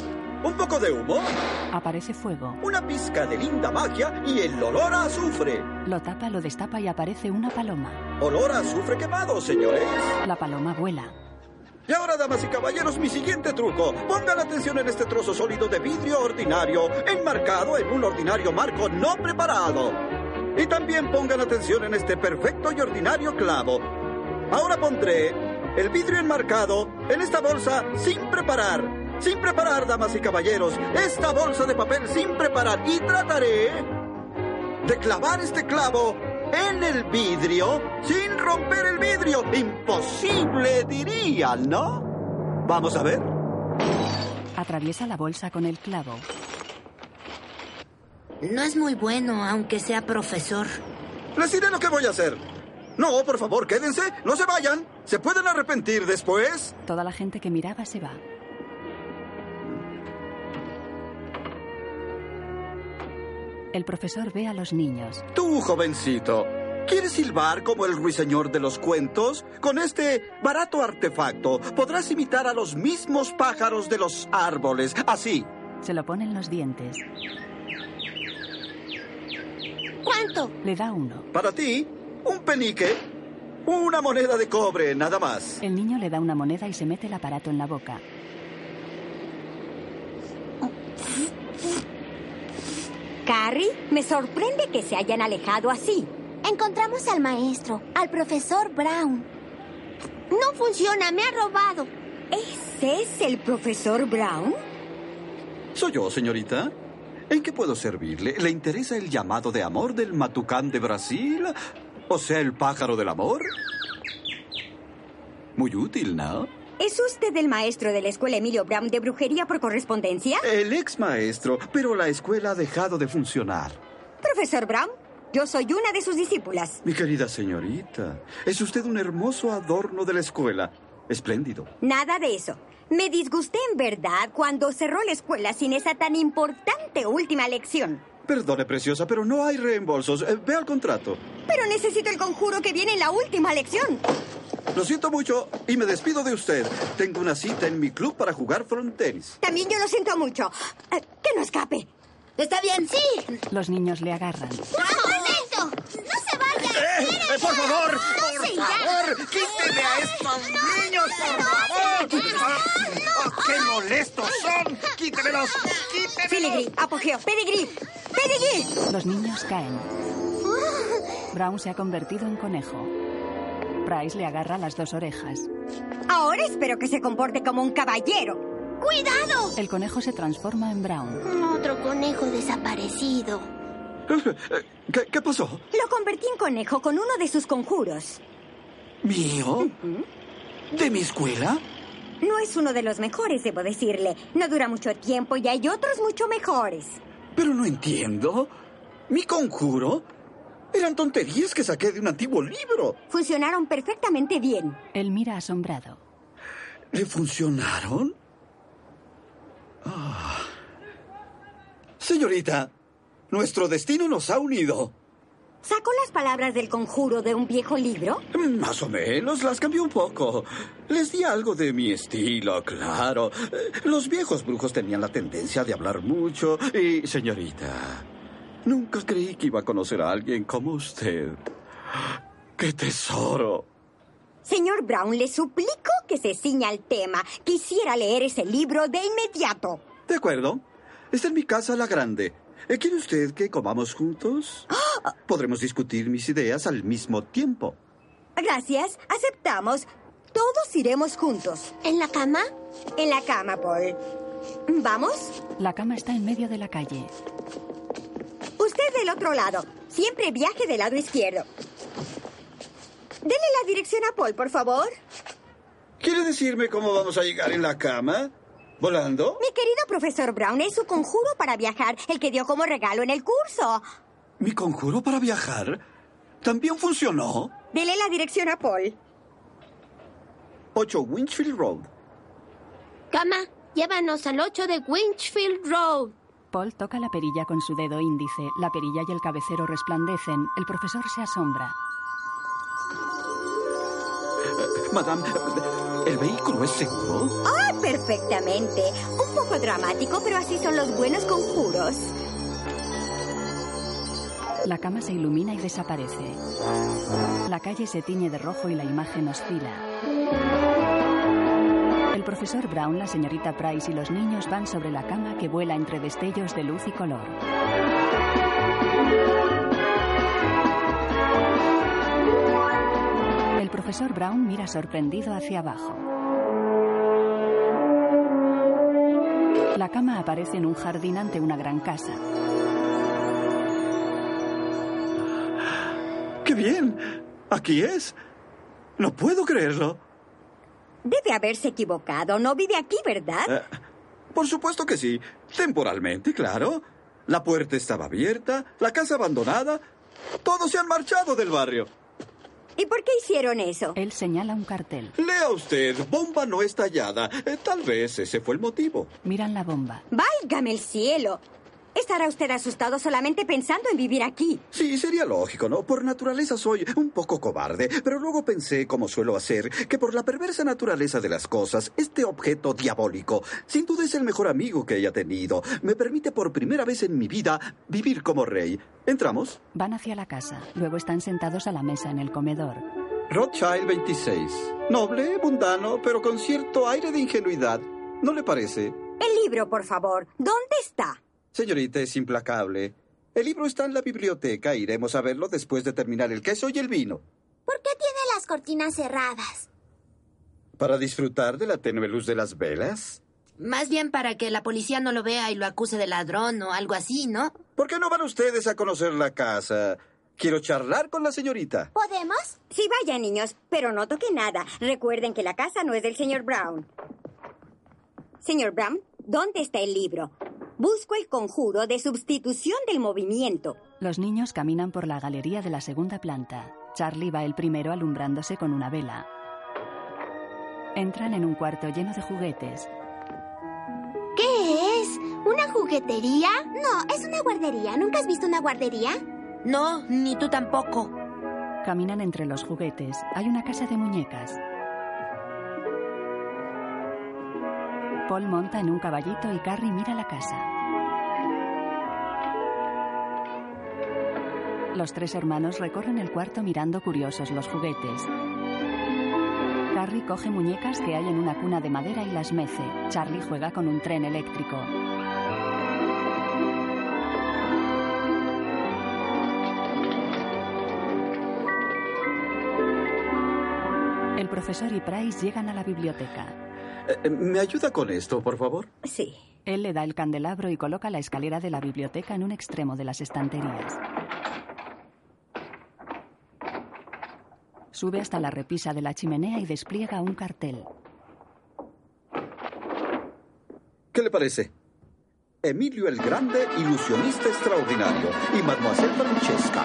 un poco de humo, Aparece fuego. una pizca de linda magia y el olor a azufre. Lo tapa, lo destapa y aparece una paloma. Olor a azufre quemado, señores. La paloma vuela. Y ahora, damas y caballeros, mi siguiente truco. Pongan atención en este trozo sólido de vidrio ordinario, enmarcado en un ordinario marco no preparado. Y también pongan atención en este perfecto y ordinario clavo. Ahora pondré el vidrio enmarcado en esta bolsa sin preparar. Sin preparar, damas y caballeros, esta bolsa de papel sin preparar. Y trataré de clavar este clavo en el vidrio sin romper el vidrio. Imposible, diría, ¿no? Vamos a ver. Atraviesa la bolsa con el clavo. No es muy bueno, aunque sea profesor. Les diré lo que voy a hacer. No, por favor, quédense. No se vayan. Se pueden arrepentir después. Toda la gente que miraba se va. El profesor ve a los niños. Tú, jovencito, ¿quieres silbar como el ruiseñor de los cuentos? Con este barato artefacto podrás imitar a los mismos pájaros de los árboles. Así. Se lo pone en los dientes. ¿Cuánto? Le da uno. Para ti, un penique, una moneda de cobre, nada más. El niño le da una moneda y se mete el aparato en la boca. Carrie, me sorprende que se hayan alejado así. Encontramos al maestro, al profesor Brown. No funciona, me ha robado. ¿Ese es el profesor Brown? ¿Soy yo, señorita? ¿En qué puedo servirle? ¿Le interesa el llamado de amor del matucán de Brasil? ¿O sea, el pájaro del amor? Muy útil, ¿no? ¿Es usted el maestro de la escuela Emilio Brown de brujería por correspondencia? El ex maestro, pero la escuela ha dejado de funcionar. Profesor Brown, yo soy una de sus discípulas. Mi querida señorita, es usted un hermoso adorno de la escuela. Espléndido. Nada de eso. Me disgusté en verdad cuando cerró la escuela sin esa tan importante última lección. Perdone, preciosa, pero no hay reembolsos. Eh, vea el contrato. Pero necesito el conjuro que viene en la última lección. Lo siento mucho y me despido de usted. Tengo una cita en mi club para jugar frontenis. También yo lo siento mucho. Eh, Que no escape. Está bien, sí. Los niños le agarran. ¡Momento! ¡No se vaya! ¡Eh! eh, ¡Por favor! ¡Por sí, ya. favor! ¡Quíteme a estos niños, por favor! Ah, ah, ¡Qué molestos son! ¡Quítemelos! ¡Quítemelos! Pedigrí, apogeo, pedigrí, pedigrí. Los niños caen. Brown se ha convertido en conejo. Price le agarra las dos orejas. Ahora espero que se comporte como un caballero. ¡Cuidado! El conejo se transforma en Brown. Otro conejo desaparecido. ¿Qué, qué pasó? Lo convertí en conejo con uno de sus conjuros. ¿Mío? ¿De mi escuela? No es uno de los mejores, debo decirle. No dura mucho tiempo y hay otros mucho mejores. Pero no entiendo. ¿Mi conjuro? Eran tonterías que saqué de un antiguo libro. Funcionaron perfectamente bien. Él mira asombrado. ¿Le funcionaron? Ah. Señorita, nuestro destino nos ha unido. ¿Sacó las palabras del conjuro de un viejo libro? Más o menos, las cambié un poco. Les di algo de mi estilo, claro. Eh, Los viejos brujos tenían la tendencia de hablar mucho y, señorita, nunca creí que iba a conocer a alguien como usted. ¡Qué tesoro! Señor Brown, le suplico que se ciña al tema. Quisiera leer ese libro de inmediato. De acuerdo. Está en mi casa la grande. Eh, ¿Quiere usted que comamos juntos? Podremos discutir mis ideas al mismo tiempo. Gracias, aceptamos. Todos iremos juntos. ¿En la cama? En la cama, Paul. ¿Vamos? La cama está en medio de la calle. Usted del otro lado. Siempre viaje del lado izquierdo. Dele la dirección a Paul, por favor. ¿Quiere decirme cómo vamos a llegar en la cama? ¿Volando? Mi querido profesor Brown, es su conjuro para viajar, el que dio como regalo en el curso. ¿Mi conjuro para viajar? ¿También funcionó? Dele la dirección a Paul. 8 Winchfield Road. Cama, llévanos al 8 de Winchfield Road. Paul toca la perilla con su dedo índice. La perilla y el cabecero resplandecen. El profesor se asombra. Eh, Madame, ¿el vehículo es seguro? ¡Ah, perfectamente! Un poco dramático, pero así son los buenos conjuros. La cama se ilumina y desaparece. La calle se tiñe de rojo y la imagen oscila. El profesor Brown, la señorita Price y los niños van sobre la cama que vuela entre destellos de luz y color. El profesor Brown mira sorprendido hacia abajo. La cama aparece en un jardín ante una gran casa. ¡Qué bien! Aquí es. No puedo creerlo. Debe haberse equivocado. No vive aquí, ¿verdad? Eh, Por supuesto que sí. Temporalmente, claro. La puerta estaba abierta, la casa abandonada. Todos se han marchado del barrio. ¿Y por qué hicieron eso? Él señala un cartel. Lea usted, bomba no estallada. Eh, tal vez ese fue el motivo. Miran la bomba. ¡Válgame el cielo! Estará usted asustado solamente pensando en vivir aquí. Sí, sería lógico, ¿no? Por naturaleza soy un poco cobarde, pero luego pensé, como suelo hacer, que por la perversa naturaleza de las cosas, este objeto diabólico, sin duda es el mejor amigo que haya tenido. Me permite por primera vez en mi vida vivir como rey. ¿Entramos? Van hacia la casa. Luego están sentados a la mesa en el comedor. Rothschild 26. Noble, mundano, pero con cierto aire de ingenuidad. ¿No le parece? El libro, por favor. ¿Dónde está? Señorita, es implacable. El libro está en la biblioteca. Iremos a verlo después de terminar el queso y el vino. ¿Por qué tiene las cortinas cerradas? Para disfrutar de la tenue luz de las velas. Más bien para que la policía no lo vea y lo acuse de ladrón o algo así, ¿no? ¿Por qué no van ustedes a conocer la casa? Quiero charlar con la señorita. ¿Podemos? Sí, vaya, niños, pero no toque nada. Recuerden que la casa no es del señor Brown. Señor Brown, ¿dónde está el libro? Busco el conjuro de sustitución del movimiento. Los niños caminan por la galería de la segunda planta. Charlie va el primero alumbrándose con una vela. Entran en un cuarto lleno de juguetes. ¿Qué es? ¿Una juguetería? No, es una guardería. ¿Nunca has visto una guardería? No, ni tú tampoco. Caminan entre los juguetes. Hay una casa de muñecas. Paul monta en un caballito y Carrie mira la casa. Los tres hermanos recorren el cuarto mirando curiosos los juguetes. Carrie coge muñecas que hay en una cuna de madera y las mece. Charlie juega con un tren eléctrico. El profesor y Price llegan a la biblioteca. Eh, ¿Me ayuda con esto, por favor? Sí. Él le da el candelabro y coloca la escalera de la biblioteca en un extremo de las estanterías. Sube hasta la repisa de la chimenea y despliega un cartel. ¿Qué le parece? Emilio el Grande, ilusionista extraordinario, y Mademoiselle Francesca.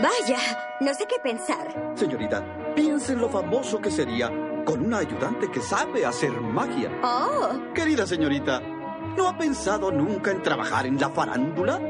Vaya, no sé qué pensar. Señorita, piense en lo famoso que sería con una ayudante que sabe hacer magia. Oh, Querida señorita, ¿no ha pensado nunca en trabajar en la farándula?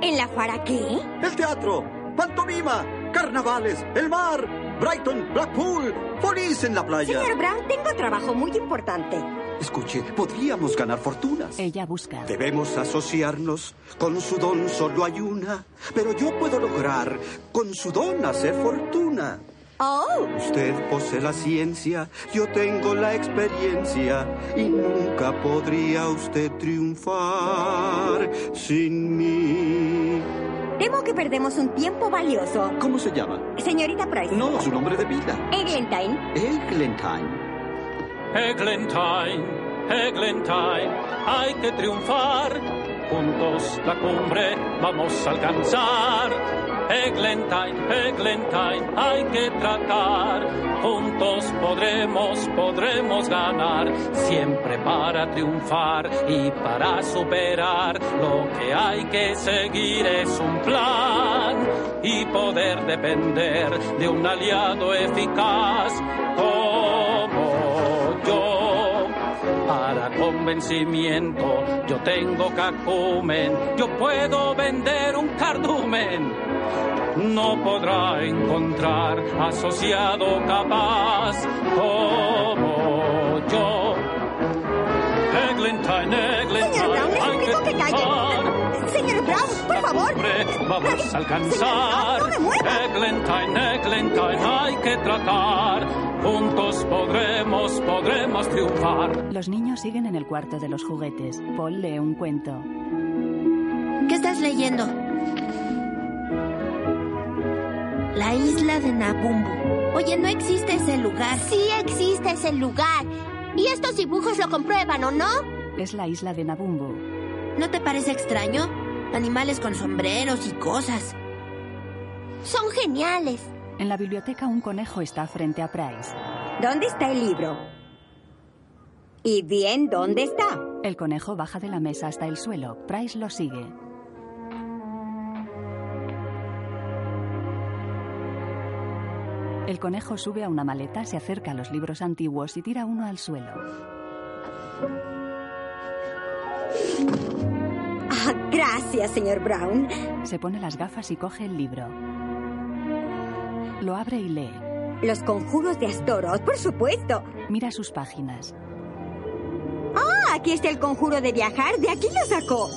¿en la fara qué? El teatro, pantomima, carnavales, el mar, Brighton, Blackpool, Folis en la playa. Señor Brown, tengo trabajo muy importante. Escuche, podríamos ganar fortunas. Ella busca. Debemos asociarnos. Con su don solo hay una. Pero yo puedo lograr con su don hacer fortuna. Oh, Usted posee la ciencia, yo tengo la experiencia y nunca podría usted triunfar sin mí. temo que perdemos un tiempo valioso. ¿Cómo se llama? Señorita Price. No, su nombre de vida. Eglantine. Eglantine. Eglentine, Eglentine, hay que triunfar. Juntos la cumbre vamos a alcanzar. Eglentine, Eglentine, hay que tratar. Juntos podremos, podremos ganar. Siempre para triunfar y para superar. Lo que hay que seguir es un plan y poder depender de un aliado eficaz como yo. Para convencimiento yo tengo cacumen, yo puedo vender un cardumen. No podrá encontrar asociado capaz como yo. Eglantine, Señor Brown, Eglantine, le hay que suplico que calle. Señor Brown, por favor. vamos a alcanzar. Eglantine, Eglantine, hay que tratar. Juntos podremos, podremos triunfar. Los niños siguen en el cuarto de los juguetes. Paul lee un cuento. ¿Qué estás leyendo? La isla de Nabumbu. Oye, no existe ese lugar. Sí existe ese lugar. Y estos dibujos lo comprueban, ¿o no? Es la isla de Nabumbu. ¿No te parece extraño? Animales con sombreros y cosas. Son geniales. En la biblioteca un conejo está frente a Price. ¿Dónde está el libro? Y bien, ¿dónde está? El conejo baja de la mesa hasta el suelo. Price lo sigue. El conejo sube a una maleta, se acerca a los libros antiguos y tira uno al suelo. Ah, gracias, señor Brown. Se pone las gafas y coge el libro. Lo abre y lee. Los conjuros de Astoros, por supuesto. Mira sus páginas. Ah, aquí está el conjuro de viajar. De aquí lo sacó.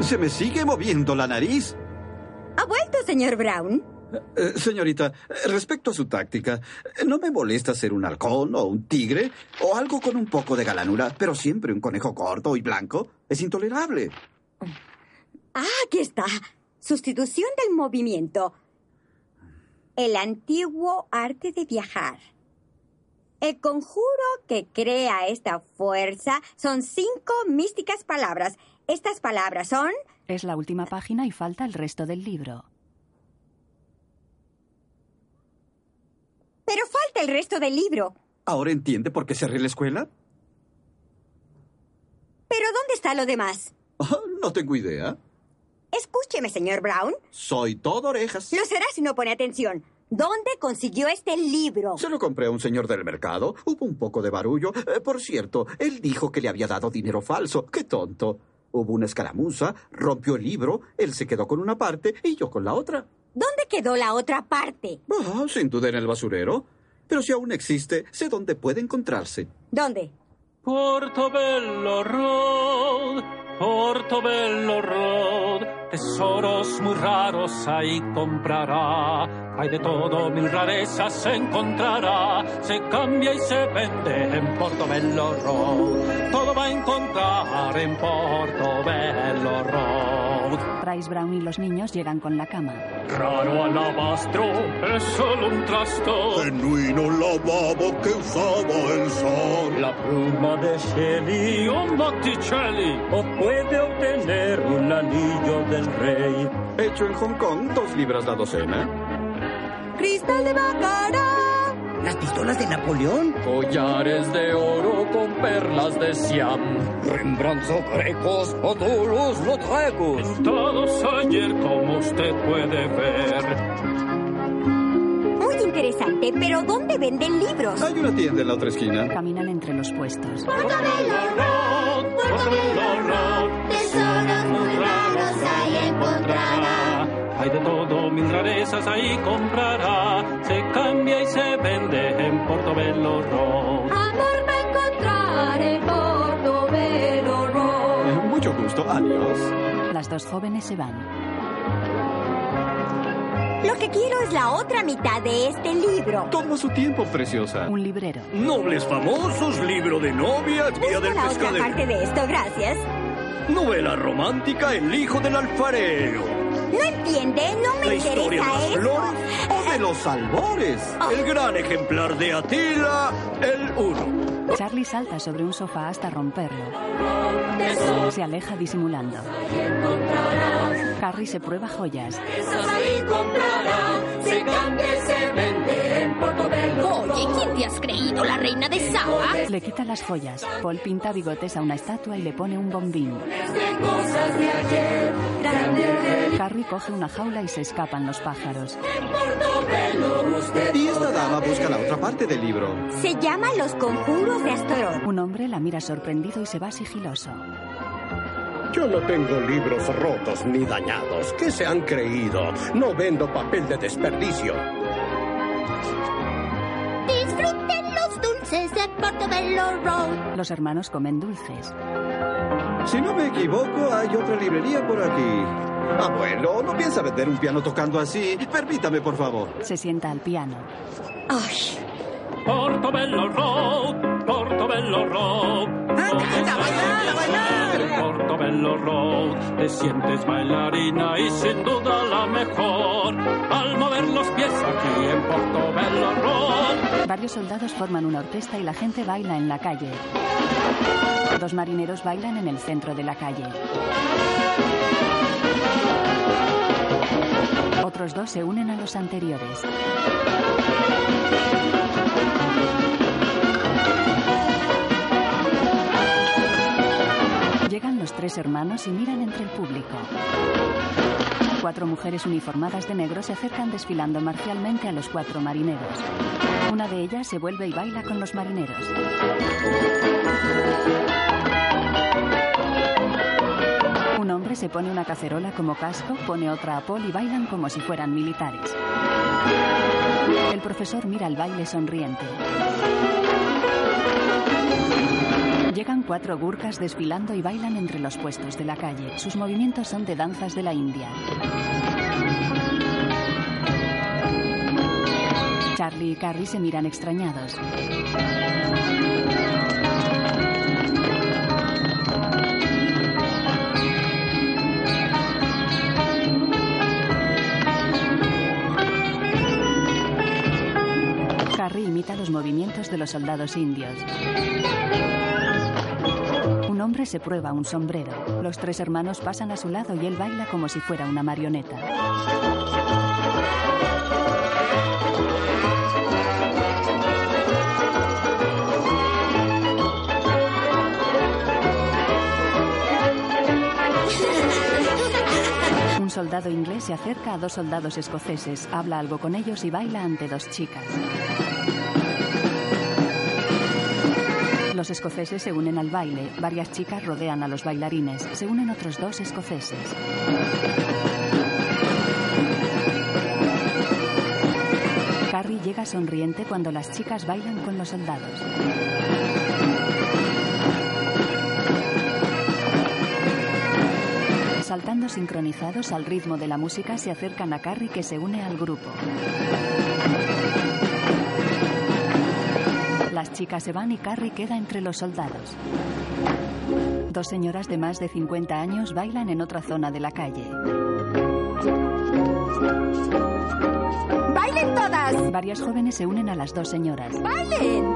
¿Se me sigue moviendo la nariz? ¿Ha vuelto, señor Brown? Eh, señorita, eh, respecto a su táctica, eh, no me molesta ser un halcón o un tigre o algo con un poco de galanura, pero siempre un conejo corto y blanco es intolerable. Ah, aquí está. Sustitución del movimiento. El antiguo arte de viajar. El conjuro que crea esta fuerza son cinco místicas palabras. Estas palabras son... Es la última página y falta el resto del libro. Pero falta el resto del libro. ¿Ahora entiende por qué cerré la escuela? ¿Pero dónde está lo demás? Ah, no tengo idea. Escúcheme, señor Brown. Soy todo orejas. Lo será si no pone atención. ¿Dónde consiguió este libro? Se lo compré a un señor del mercado. Hubo un poco de barullo. Eh, por cierto, él dijo que le había dado dinero falso. ¡Qué tonto! Hubo una escaramuza, rompió el libro, él se quedó con una parte y yo con la otra. ¿Dónde quedó la otra parte? Ah, sin duda en el basurero. Pero si aún existe, sé dónde puede encontrarse. ¿Dónde? Portobello Road, Portobello Road, tesoros muy raros ahí comprará Hay de todo, mil rarezas se encontrará. Se cambia y se vende en Portobello Road. Todo va a encontrar en Portobello Road. Bryce Brown y los niños llegan con la cama. Raro alabastro, es solo un trasto. Genuino lavabo que usaba el sol. La pluma de Shelley o Botticelli. O puede obtener un anillo del rey. Hecho en Hong Kong, dos libras la docena. ¡Cristal de Bacará! ¿Las pistolas de Napoleón? Collares de oro con perlas de Siam. Rembrandt o Grecos o Toulouse-Lautrecus. Todos ayer, como usted puede ver. Muy interesante, pero ¿dónde venden libros? Hay una tienda en la otra esquina. Caminan entre los puestos. Portobello Road, Portobello Road, tesoros muy raros ahí encontrará. Hay de todo, mil rarezas ahí comprará. Se cambia y se vende en Portobello Road. Amor va a encontrar en Portobello Road. Eh, Mucho gusto, adiós. Las dos jóvenes se van. Lo que quiero es la otra mitad de este libro. Toma su tiempo, preciosa. Un librero. Nobles famosos, libro de novias, guía del La otra pescadero. parte de esto, gracias. Novela romántica, El hijo del alfarero. ¿No entiende? No me La historia de interesa las eso. flores o de los albores. Oh. El gran ejemplar de Atila, el uno. Charlie salta sobre un sofá hasta romperlo. Se aleja disimulando. Harry se prueba joyas. Tesoros ahí comprará, se cambia y se vende en Portobello. Oye, ¿quién te has creído, la reina de Saba? Le quita las joyas. Paul pinta bigotes a una estatua y le pone un bombín. De cosas de ayer, grande Harry coge una jaula y se escapan los pájaros. Portobello, usted Y esta dama busca la otra parte del libro. Se llama Los Conjuros de Astaroth. Un hombre la mira sorprendido y se va sigiloso. Yo no tengo libros rotos ni dañados. ¿Qué se han creído? No vendo papel de desperdicio. Disfruten los dulces de Portobello Road. Los hermanos comen dulces. Si no me equivoco, hay otra librería por aquí. Abuelo, no piensa vender un piano tocando así. Permítame, por favor. Se sienta al piano. Portobello Road, Portobello Road. Ah, Anda, bailar, bailar. Portobello Road, te sientes bailarina y sin duda la mejor. Al mover los pies aquí en Portobello Road. Varios soldados forman una orquesta y la gente baila en la calle. Dos marineros bailan en el centro de la calle. Otros dos se unen a los anteriores. Llegan los tres hermanos y miran entre el público. Cuatro mujeres uniformadas de negro se acercan desfilando marcialmente a los cuatro marineros. Una de ellas se vuelve y baila con los marineros. Un hombre se pone una cacerola como casco, pone otra a Paul y bailan como si fueran militares. El profesor mira el baile sonriente. Llegan cuatro gurkas desfilando y bailan entre los puestos de la calle. Sus movimientos son de danzas de la India. Charlie y Carrie se miran extrañados. Harry imita los movimientos de los soldados indios. Un hombre se prueba un sombrero. Los tres hermanos pasan a su lado y él baila como si fuera una marioneta. Un soldado inglés se acerca a dos soldados escoceses, habla algo con ellos y baila ante dos chicas. Los escoceses se unen al baile. Varias chicas rodean a los bailarines. Se unen otros dos escoceses. Carrie llega sonriente cuando las chicas bailan con los soldados. saltando sincronizados al ritmo de la música, se acercan a Carrie que se une al grupo. Las chicas se van y Carrie queda entre los soldados. Dos señoras de más de 50 años bailan en otra zona de la calle. ¡Bailen todas! Varias jóvenes se unen a las dos señoras. ¡Bailen!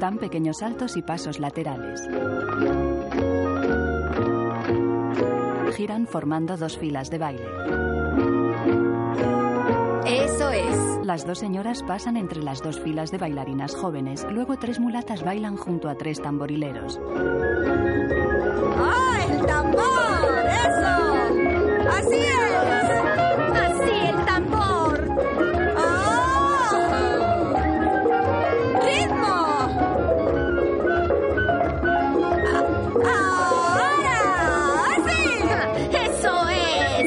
Dan pequeños saltos y pasos laterales. Giran formando dos filas de baile. Eso es. Las dos señoras pasan entre las dos filas de bailarinas jóvenes. Luego tres mulatas bailan junto a tres tamborileros. ¡Ah, el tambor! ¡Eso! ¡Así es! ¡Así el tambor! ¡Oh! ¡Ritmo! Ah, ¡Ahora! ¡Así! ¡Eso es!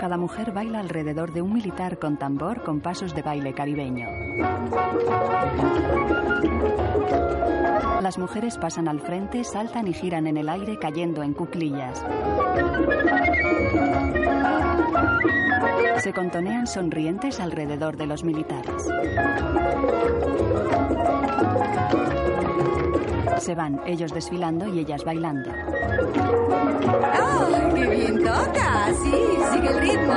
Cada mujer baila alrededor de un militar con tambor con pasos de baile caribeño. Las mujeres pasan al frente, saltan y giran en el aire cayendo en cuclillas. Se contonean sonrientes alrededor de los militares. Se van, ellos desfilando y ellas bailando. ¡Oh, qué bien toca! ¡Sí, sigue el ritmo!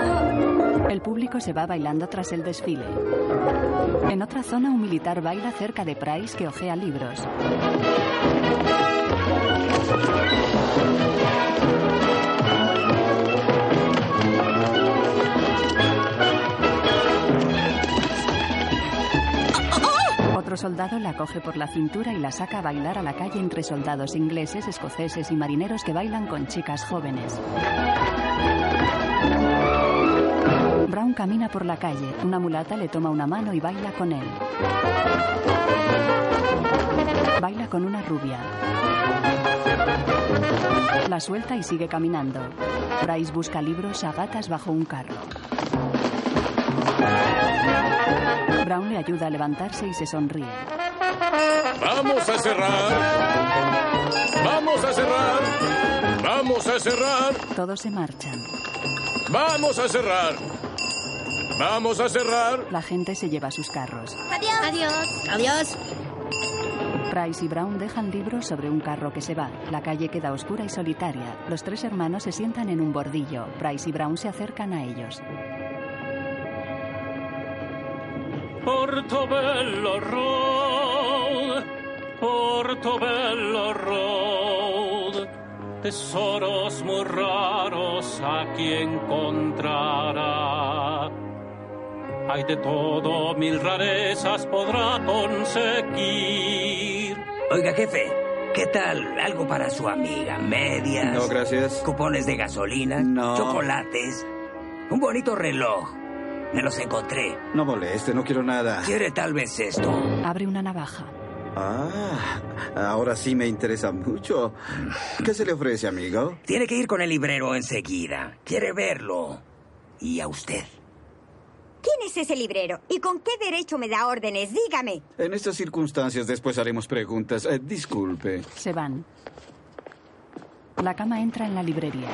El público se va bailando tras el desfile. En otra zona, un militar baila cerca de Price que ojea libros. Otro soldado la coge por la cintura y la saca a bailar a la calle entre soldados ingleses, escoceses y marineros que bailan con chicas jóvenes. Brown camina por la calle. Una mulata le toma una mano y baila con él. Baila con una rubia. La suelta y sigue caminando. Bryce busca libros a gatas bajo un carro. Brown le ayuda a levantarse y se sonríe. Vamos a cerrar. Vamos a cerrar. Vamos a cerrar. Todos se marchan. Vamos a cerrar. Vamos a cerrar. La gente se lleva sus carros. ¡Adiós! ¡Adiós! Adiós. Price y Brown dejan libros sobre un carro que se va. La calle queda oscura y solitaria. Los tres hermanos se sientan en un bordillo. Price y Brown se acercan a ellos. Portobello Road, Portobello Road, tesoros muy raros aquí encontrará. Hay de todo, mil rarezas podrá conseguir. Oiga, jefe, ¿qué tal algo para su amiga? Medias. No, gracias. Cupones de gasolina. No. Chocolates. Un bonito reloj. Me los encontré. No moleste, Este, no quiero nada. ¿Quiere tal vez esto? Abre una navaja. Ah, ahora sí me interesa mucho. ¿Qué se le ofrece, amigo? Tiene que ir con el librero enseguida. Quiere verlo. Y a usted. ¿Quién es ese librero? ¿Y con qué derecho me da órdenes? Dígame. En estas circunstancias después haremos preguntas. Eh, disculpe. Se van. La cama entra en la librería.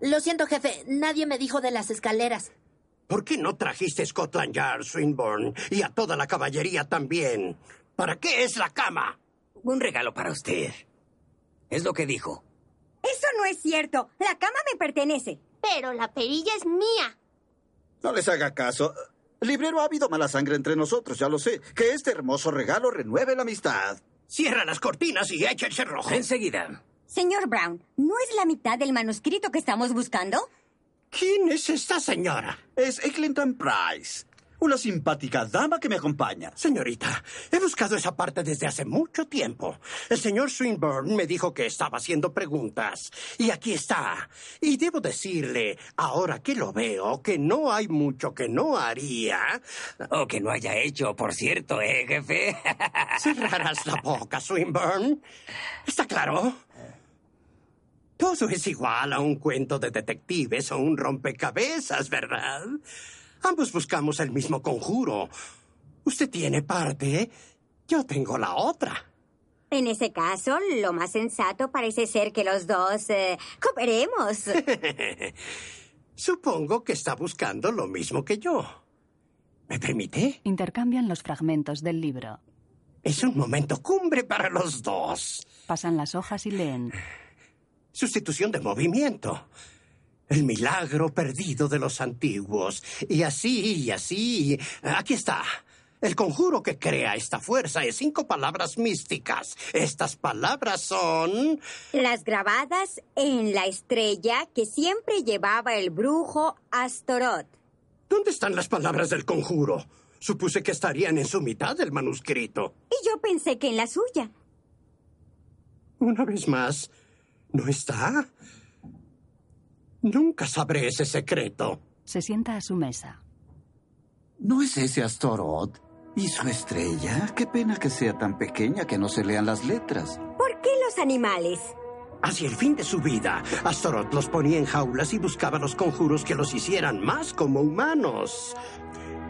Lo siento, jefe. Nadie me dijo de las escaleras. ¿Por qué no trajiste Scotland Yard, Swinburne, y a toda la caballería también? ¿Para qué es la cama? Un regalo para usted. Es lo que dijo. Eso no es cierto. La cama me pertenece. Pero la perilla es mía. No les haga caso. Librero, ha habido mala sangre entre nosotros, ya lo sé. Que este hermoso regalo renueve la amistad. Cierra las cortinas y echa el cerrojo. Enseguida. Señor Brown, ¿no es la mitad del manuscrito que estamos buscando? ¿Quién es esta señora? Es Eglinton Price, una simpática dama que me acompaña. Señorita, he buscado esa parte desde hace mucho tiempo. El señor Swinburne me dijo que estaba haciendo preguntas. Y aquí está. Y debo decirle, ahora que lo veo, que no hay mucho que no haría. O que no haya hecho, por cierto, ¿eh, jefe? Cerrarás la boca, Swinburne. ¿Está claro? Todo es igual a un cuento de detectives o un rompecabezas, ¿verdad? Ambos buscamos el mismo conjuro. Usted tiene parte, yo tengo la otra. En ese caso, lo más sensato parece ser que los dos eh, cooperemos. Supongo que está buscando lo mismo que yo. ¿Me permite? Intercambian los fragmentos del libro. Es un momento cumbre para los dos. Pasan las hojas y leen. Sustitución de movimiento. El milagro perdido de los antiguos. Y así, y así. Aquí está. El conjuro que crea esta fuerza es cinco palabras místicas. Estas palabras son... Las grabadas en la estrella que siempre llevaba el brujo Astorot. ¿Dónde están las palabras del conjuro? Supuse que estarían en su mitad del manuscrito. Y yo pensé que en la suya. Una vez más, ¿no está? Nunca sabré ese secreto. Se sienta a su mesa. ¿No es ese Astorot? ¿Y su estrella? Qué pena que sea tan pequeña que no se lean las letras. ¿Por qué los animales? Hacia el fin de su vida, Astaroth los ponía en jaulas y buscaba los conjuros que los hicieran más como humanos.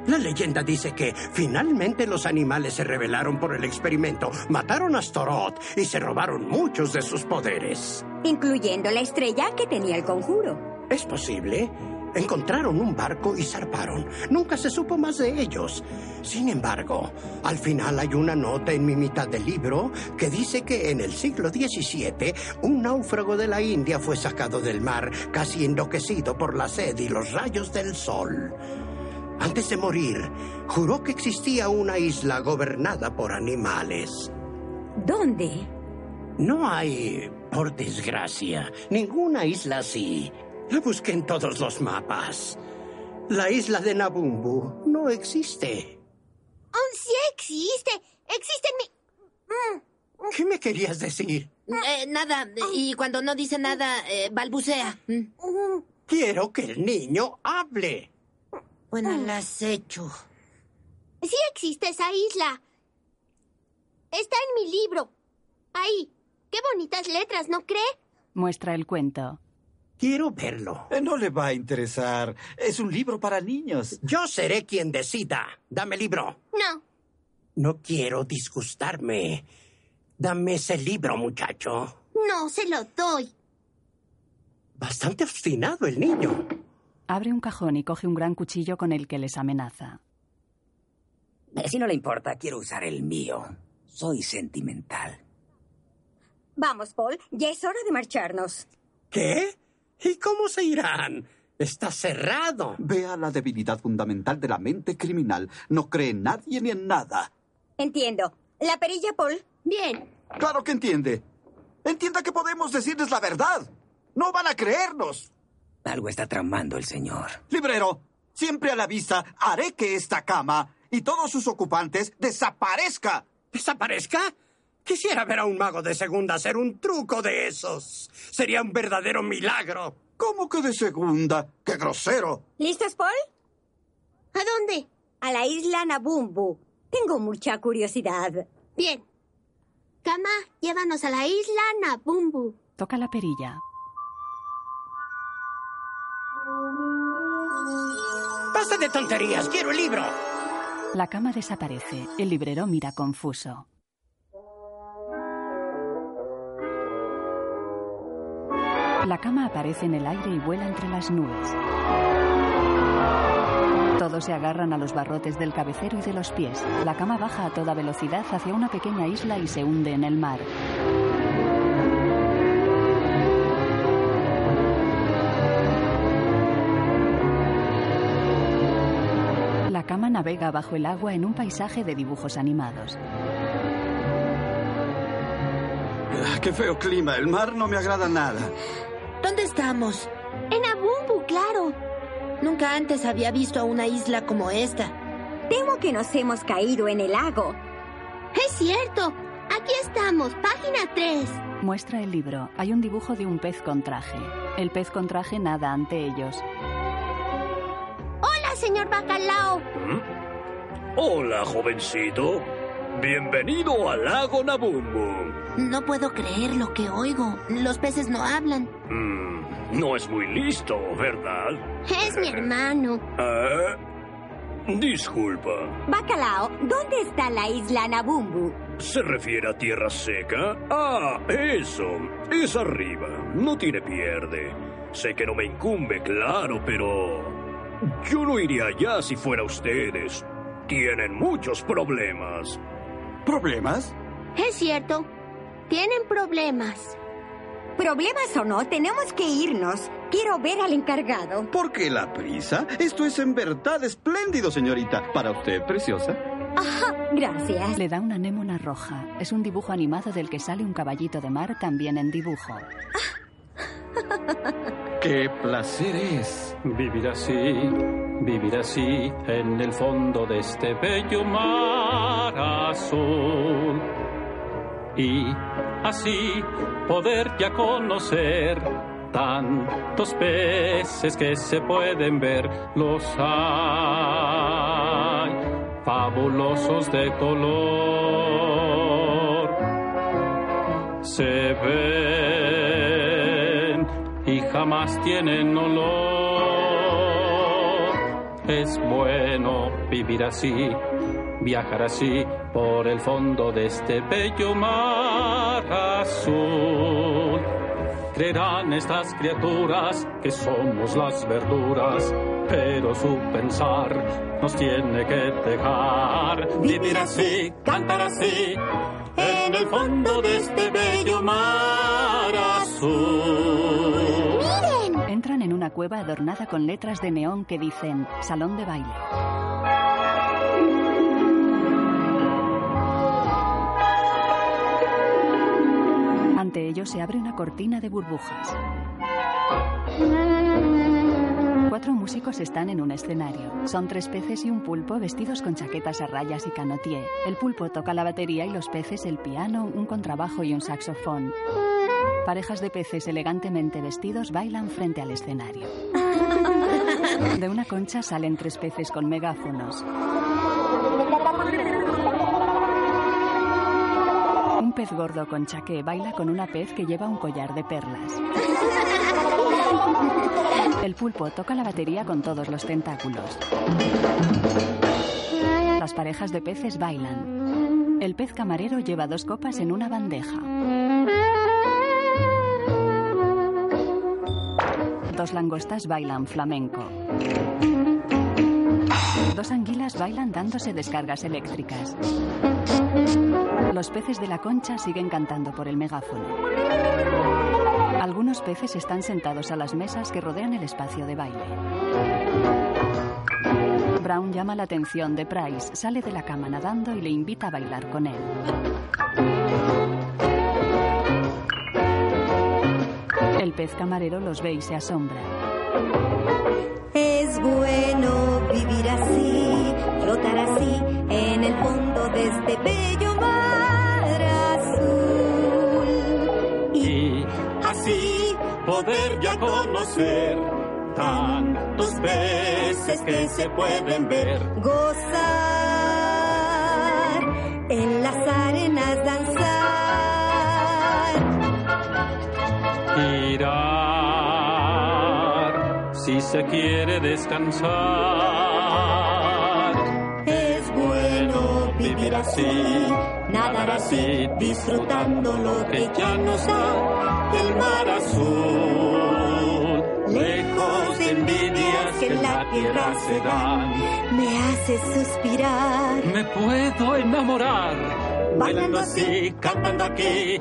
La leyenda dice que finalmente los animales se rebelaron por el experimento, mataron a Astaroth y se robaron muchos de sus poderes. Incluyendo la estrella que tenía el conjuro. ¿Es posible? Encontraron un barco y zarparon. Nunca se supo más de ellos. Sin embargo, al final hay una nota en mi mitad del libro que dice que en el siglo XVII un náufrago de la India fue sacado del mar casi enloquecido por la sed y los rayos del sol. Antes de morir, juró que existía una isla gobernada por animales. ¿Dónde? No hay, por desgracia, ninguna isla así. La busqué en todos los mapas. La isla de Nabumbu no existe. Aún sí existe. Existe mi... Mm. ¿Qué me querías decir? Eh, nada, y cuando no dice nada, eh, balbucea. Mm. Quiero que el niño hable. Bueno, la has hecho. Sí existe esa isla. Está en mi libro. Ahí. Qué bonitas letras, ¿no cree? Muestra el cuento. Quiero verlo. Eh, No le va a interesar. Es un libro para niños. Yo seré quien decida. Dame el libro. No. No quiero disgustarme. Dame ese libro, muchacho. No, se lo doy. Bastante obstinado el niño. Abre un cajón y coge un gran cuchillo con el que les amenaza. Si no le importa, quiero usar el mío. Soy sentimental. Vamos, Paul. Ya es hora de marcharnos. ¿Qué? ¿Y cómo se irán? Está cerrado. Vea la debilidad fundamental de la mente criminal. No cree en nadie ni en nada. Entiendo. La perilla, Paul. Bien. Claro que entiende. Entienda que podemos decirles la verdad. No van a creernos. Algo está tramando el señor. Librero, siempre a la vista, haré que esta cama y todos sus ocupantes desaparezca. ¿Desaparezca? Quisiera ver a un mago de segunda hacer un truco de esos. Sería un verdadero milagro. ¿Cómo que de segunda? ¡Qué grosero! ¿Listos, Paul? ¿A dónde? A la isla Nabumbu. Tengo mucha curiosidad. Bien. Kama, llévanos a la isla Nabumbu. Toca la perilla. ¡Basta de tonterías! ¡Quiero el libro! La cama desaparece. El librero mira confuso. La cama aparece en el aire y vuela entre las nubes. Todos se agarran a los barrotes del cabecero y de los pies. La cama baja a toda velocidad hacia una pequeña isla y se hunde en el mar. La cama navega bajo el agua en un paisaje de dibujos animados. Ah, ¡Qué feo clima! El mar no me agrada nada. ¿Dónde estamos? En Abumbu, claro. Nunca antes había visto a una isla como esta. Temo que nos hemos caído en el lago. Es cierto. Aquí estamos, página 3. Muestra el libro. Hay un dibujo de un pez con traje. El pez con traje nada ante ellos. Hola, señor Bacalao. ¿Mm? Hola, jovencito. Bienvenido al lago Nabumbu. No puedo creer lo que oigo. Los peces no hablan. Mm, no es muy listo, ¿verdad? Es mi hermano. ¿Eh? Disculpa. Bacalao, ¿dónde está la isla Nabumbu? ¿Se refiere a tierra seca? Ah, eso. Es arriba. No tiene pierde. Sé que no me incumbe, claro, pero... Yo no iría allá si fuera ustedes. Tienen muchos problemas. ¿Problemas? Es cierto. Tienen problemas. Problemas o no, tenemos que irnos. Quiero ver al encargado. ¿Por qué la prisa? Esto es en verdad espléndido, señorita. Para usted, preciosa. Oh, Ajá, gracias. Le da una anémona roja. Es un dibujo animado del que sale un caballito de mar también en dibujo. ¡Qué placer es! Vivir así, vivir así, en el fondo de este bello mar azul. Y así poder ya conocer tantos peces que se pueden ver, los hay fabulosos de color. Se ven y jamás tienen olor. Es bueno vivir así, viajar así por el fondo de este bello mar azul. Creerán estas criaturas que somos las verduras, pero su pensar nos tiene que dejar vivir así, cantar así, en el fondo de este bello mar azul. Entran en una cueva adornada con letras de neón que dicen Salón de baile. Ante ellos se abre una cortina de burbujas. Cuatro músicos están en un escenario. Son tres peces y un pulpo vestidos con chaquetas a rayas y canotier. El pulpo toca la batería y los peces el piano, un contrabajo y un saxofón. Parejas de peces elegantemente vestidos bailan frente al escenario. De una concha salen tres peces con megáfonos. Un pez gordo con chaqué baila con una pez que lleva un collar de perlas. El pulpo toca la batería con todos los tentáculos. Las parejas de peces bailan. El pez camarero lleva dos copas en una bandeja. Dos langostas bailan flamenco. Dos anguilas bailan dándose descargas eléctricas. Los peces de la concha siguen cantando por el megáfono. Algunos peces están sentados a las mesas que rodean el espacio de baile. Brown llama la atención de Price, sale de la cama nadando y le invita a bailar con él. El pez camarero los ve y se asombra. Es bueno vivir así, flotar así en el fondo de este bello mar azul. Y así poder ya conocer tantos peces que se pueden ver. Gozar en las arenas, danzar. Girar si se quiere descansar. Es bueno vivir así, nadar así, disfrutando lo que ya nos da el mar azul. Lejos de envidias que en la tierra se dan, me hace suspirar. Me puedo enamorar. Bailando así, cantando aquí, en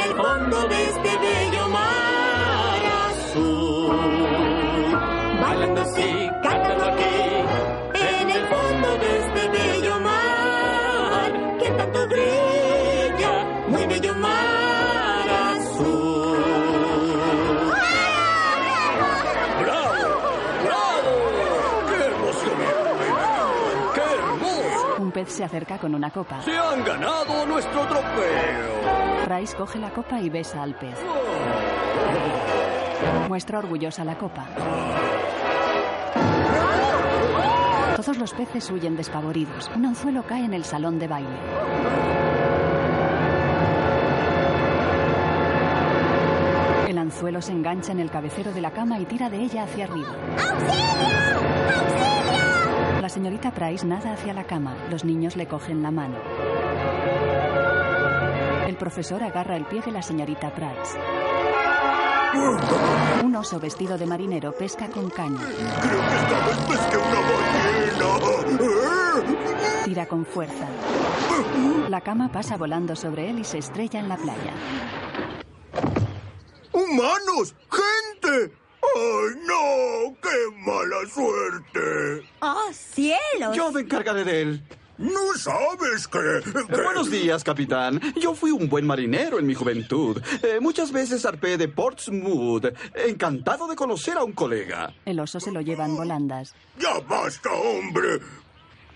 el fondo de este bello mar azul. Bailando así, cantando aquí, en el fondo de este bello mar que tanto brilla, muy bello mar azul. ¡Bravo! ¡Bravo! ¡Qué hermoso me fue! ¡Qué hermoso! Un pez se acerca con una copa. ¡Se han ganado nuestro trofeo! Oh, Price coge la copa y besa al pez. Muestra orgullosa la copa. Todos los peces huyen despavoridos. Un anzuelo cae en el salón de baile. El anzuelo Pañuelo se engancha en el cabecero de la cama y tira de ella hacia arriba. La señorita Price nada hacia la cama. Los niños le cogen la mano. El profesor agarra el pie de la señorita Price. Un oso vestido de marinero pesca con caña. Tira con fuerza. La cama pasa volando sobre él y se estrella en la playa. ¡Humanos! ¡Gente! ¡Ay, no! ¡Qué mala suerte! ¡Oh, cielos! Yo me encargaré de él. No sabes que... que- Eh, Buenos días, capitán. Yo fui un buen marinero en mi juventud. Eh, muchas veces zarpé de Portsmouth. Encantado de conocer a un colega. El oso se lo lleva en volandas. ¡Ya basta, hombre!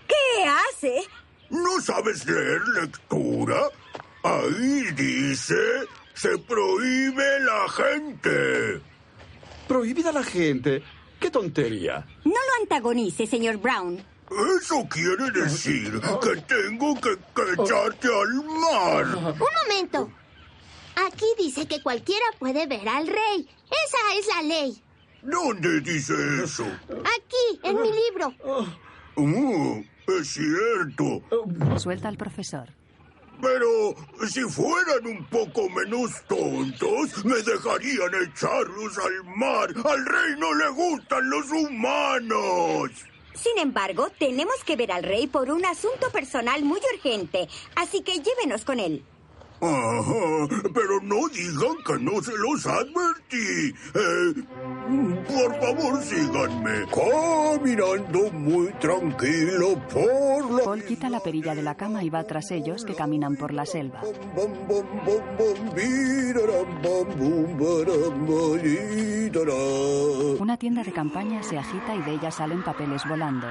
¿Qué hace? ¿No sabes leer lectura? Ahí dice... Se prohíbe la gente. Prohibida la gente. ¡Qué tontería! No lo antagonice, señor Brown. Eso quiere decir que tengo que, que echarte al mar. Un momento. Aquí dice que cualquiera puede ver al rey. Esa es la ley. ¿Dónde dice eso? Aquí, en mi libro. Uh, es cierto. Suelta al profesor. Pero si fueran un poco menos tontos, me dejarían echarlos al mar. Al rey no le gustan los humanos. Sin embargo, tenemos que ver al rey por un asunto personal muy urgente, así que llévenos con él. Ajá, pero no digan que no se los advertí. Eh, por favor, síganme. Caminando muy tranquilo por la... Paul quita la perilla de la cama y va tras ellos que caminan por la selva. Una tienda de campaña se agita y de ella salen papeles volando.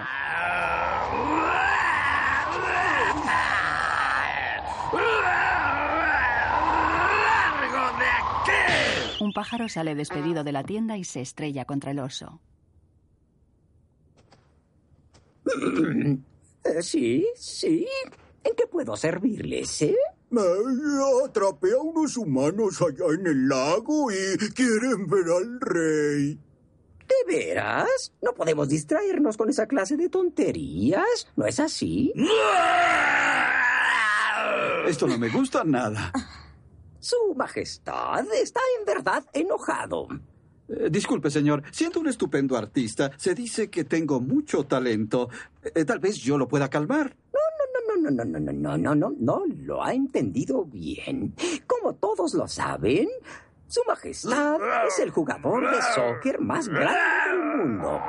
¡Largo de aquí! Un pájaro sale despedido de la tienda y se estrella contra el oso. Eh, sí, sí. ¿En qué puedo servirles, eh? Eh, Atrapé a unos humanos allá en el lago y quieren ver al rey. ¿De veras? No podemos distraernos con esa clase de tonterías, ¿no es así? Esto no me gusta nada. Su Majestad está en verdad enojado. Eh, disculpe, señor. Siendo un estupendo artista, se dice que tengo mucho talento. Eh, tal vez yo lo pueda calmar. No, no, no, no, no, no, no, no, no lo ha entendido bien. Como todos lo saben, Su Majestad es el jugador de soccer más grande del mundo.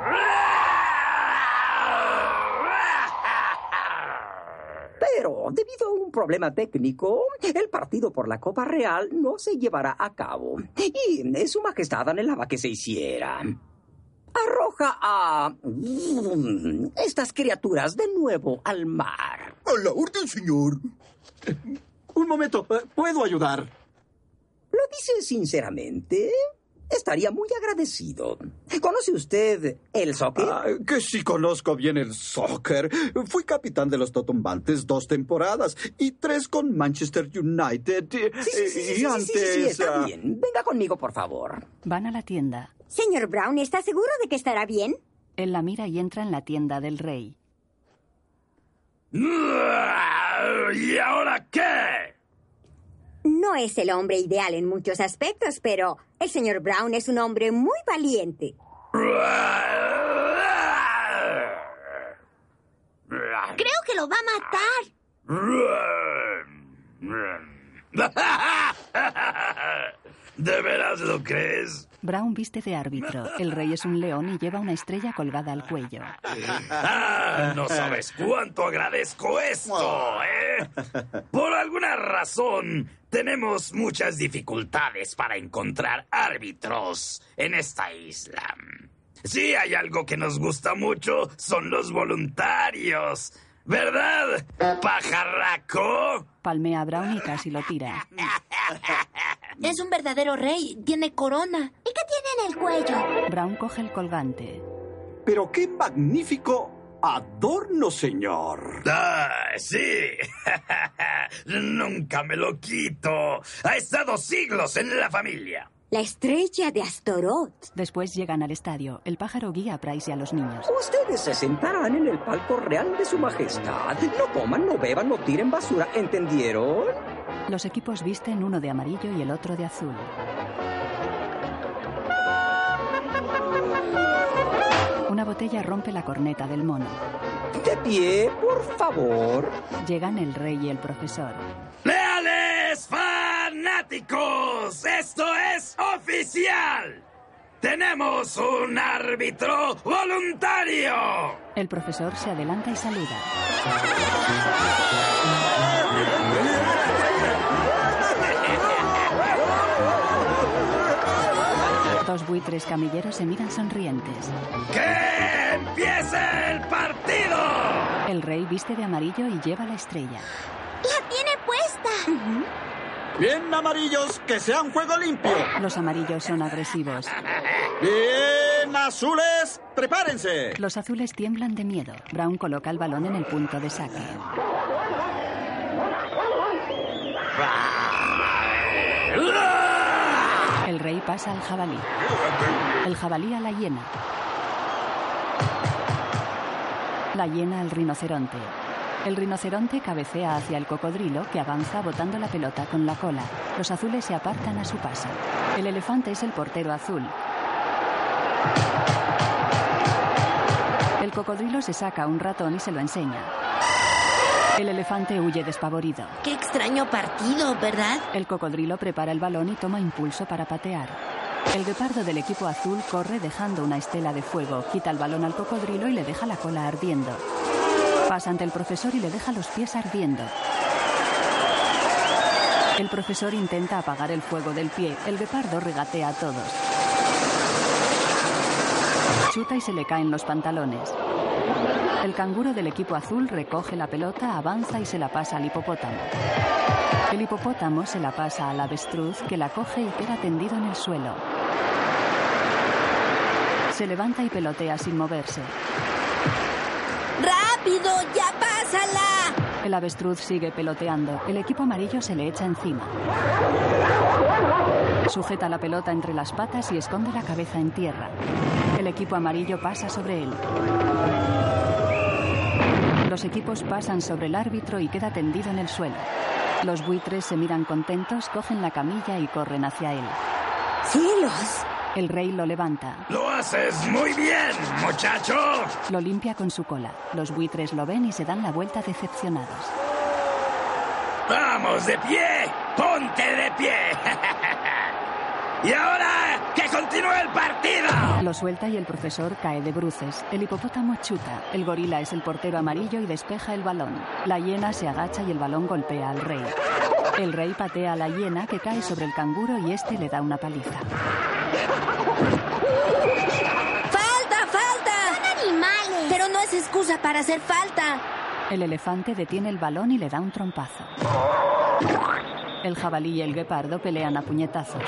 Pero, debido a un problema técnico, el partido por la Copa Real no se llevará a cabo. Y eh, Su Majestad anhelaba que se hiciera. Arroja a mm, estas criaturas de nuevo al mar. A la orden, señor. Un momento, eh, puedo ayudar. ¿Lo dice sinceramente? Estaría muy agradecido. ¿Conoce usted el soccer? Ah, que sí conozco bien el soccer. Fui capitán de los Totumbantes dos temporadas y tres con Manchester United. eh, Sí, sí, sí, sí, y sí, sí, antes. sí, sí, está ah, bien. Venga conmigo, por favor. Van a la tienda. Señor Brown, ¿está seguro de que estará bien? Él la mira y entra en la tienda del rey. ¿Y ahora qué? No es el hombre ideal en muchos aspectos, pero el señor Brown es un hombre muy valiente. Creo que lo va a matar. ¿De veras lo crees? Brown viste de árbitro. El rey es un león y lleva una estrella colgada al cuello. Ah, no sabes cuánto agradezco esto, ¿eh? Por alguna razón, tenemos muchas dificultades para encontrar árbitros en esta isla. Si hay algo que nos gusta mucho, son los voluntarios. ¿Verdad, pajarraco? Palmea a Brown y casi lo tira. Es un verdadero rey. Tiene corona. ¿Y qué tiene en el cuello? Brown coge el colgante. Pero qué magnífico adorno, señor. Ah, sí. Nunca me lo quito. Ha estado siglos en la familia. La estrella de Astaroth. Después llegan al estadio. El pájaro guía a Price y a los niños. Ustedes se sentarán en el palco real de su majestad. No coman, no beban, no tiren basura. ¿Entendieron? Los equipos visten uno de amarillo y el otro de azul. Una botella rompe la corneta del mono. De pie, por favor. Llegan el rey y el profesor. ¡Leales fanáticos! ¡Esto es oficial! ¡Tenemos un árbitro voluntario! El profesor se adelanta y saluda. Dos buitres camilleros se miran sonrientes. ¡Que empiece el partido! El rey viste de amarillo y lleva la estrella. ¡La tiene puesta! Bien, amarillos, que sea un juego limpio. Los amarillos son agresivos. Bien, azules, prepárense. Los azules tiemblan de miedo. Brown coloca el balón en el punto de saque. El rey pasa al jabalí. El jabalí a la hiena. La hiena al rinoceronte. El rinoceronte cabecea hacia el cocodrilo que avanza botando la pelota con la cola. Los azules se apartan a su paso. El elefante es el portero azul. El cocodrilo se saca un ratón y se lo enseña. El elefante huye despavorido. ¡Qué extraño partido, ¿verdad? El cocodrilo prepara el balón y toma impulso para patear. El guepardo del equipo azul corre dejando una estela de fuego, quita el balón al cocodrilo y le deja la cola ardiendo. Pasa ante el profesor y le deja los pies ardiendo. El profesor intenta apagar el fuego del pie. El guepardo regatea a todos. Chuta y se le caen los pantalones. El canguro del equipo azul recoge la pelota, avanza y se la pasa al hipopótamo. El hipopótamo se la pasa al avestruz que la coge y queda tendido en el suelo. Se levanta y pelotea sin moverse. ¡Rápido! ¡Ya pásala! El avestruz sigue peloteando. El equipo amarillo se le echa encima. Sujeta la pelota entre las patas y esconde la cabeza en tierra. El equipo amarillo pasa sobre él. Los equipos pasan sobre el árbitro y queda tendido en el suelo. Los buitres se miran contentos, cogen la camilla y corren hacia él. ¡Cielos! El rey lo levanta, ¡Lo haces muy bien, muchacho! lo limpia con su cola. Los buitres lo ven y se dan la vuelta decepcionados. ¡Vamos de pie! ¡Ponte de pie! ¡Y ahora que continúe el partido! Lo suelta y el profesor cae de bruces. El hipopótamo chuta. El gorila es el portero amarillo y despeja el balón. La hiena se agacha y el balón golpea al rey. El rey patea a la hiena que cae sobre el canguro y este le da una paliza. ¡Falta, falta! ¡Son animales! Pero no es excusa para hacer falta. El elefante detiene el balón y le da un trompazo. El jabalí y el guepardo pelean a puñetazos.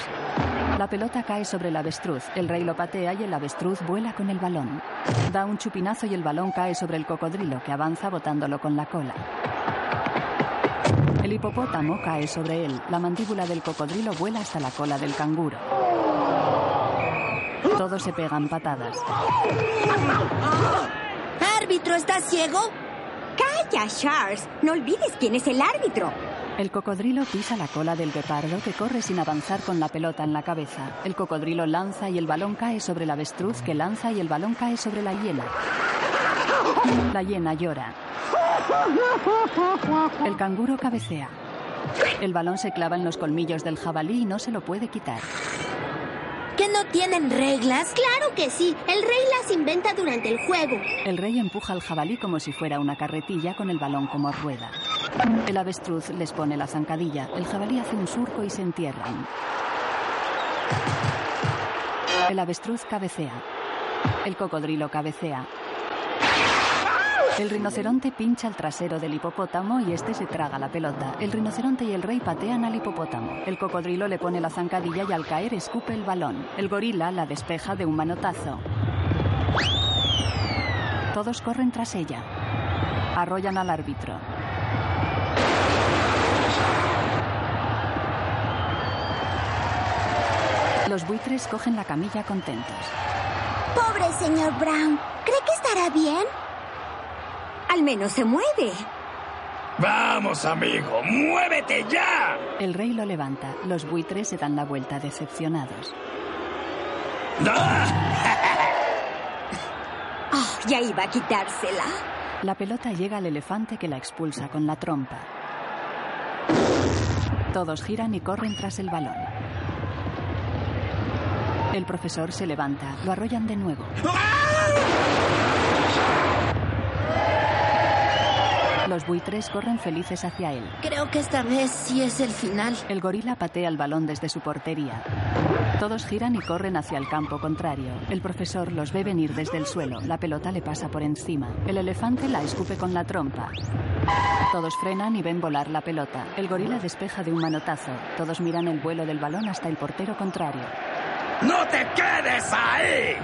La pelota cae sobre el avestruz. El rey lo patea y el avestruz vuela con el balón. Da un chupinazo y el balón cae sobre el cocodrilo que avanza botándolo con la cola. El hipopótamo cae sobre él. La mandíbula del cocodrilo vuela hasta la cola del canguro. Todos se pegan patadas. ¿Árbitro está ciego? ¡Calla, Charles! No olvides quién es el árbitro. El cocodrilo pisa la cola del guepardo que corre sin avanzar con la pelota en la cabeza. El cocodrilo lanza y el balón cae sobre el avestruz que lanza y el balón cae sobre la hiena. La hiena llora. El canguro cabecea. El balón se clava en los colmillos del jabalí y no se lo puede quitar. ¿Que no tienen reglas? Claro que sí, el rey las inventa durante el juego. El rey empuja al jabalí como si fuera una carretilla con el balón como rueda. El avestruz les pone la zancadilla. El jabalí hace un surco y se entierran. El avestruz cabecea. El cocodrilo cabecea. El rinoceronte pincha el trasero del hipopótamo y este se traga la pelota. El rinoceronte y el rey patean al hipopótamo. El cocodrilo le pone la zancadilla y al caer escupe el balón. El gorila la despeja de un manotazo. Todos corren tras ella. Arrollan al árbitro. Los buitres cogen la camilla contentos. Pobre señor Brown. ¿Cree que estará bien? Al menos se mueve. Vamos, amigo, muévete ya. El rey lo levanta. Los buitres se dan la vuelta decepcionados. Ah, ya iba a quitársela. La pelota llega al elefante que la expulsa con la trompa. Todos giran y corren tras el balón. El profesor se levanta, lo arrollan de nuevo. Los buitres corren felices hacia él. Creo que esta vez sí es el final. El gorila patea el balón desde su portería. Todos giran y corren hacia el campo contrario. El profesor los ve venir desde el suelo. La pelota le pasa por encima. El elefante la escupe con la trompa. Todos frenan y ven volar la pelota. El gorila despeja de un manotazo. Todos miran el vuelo del balón hasta el portero contrario. ¡No te quedes ahí!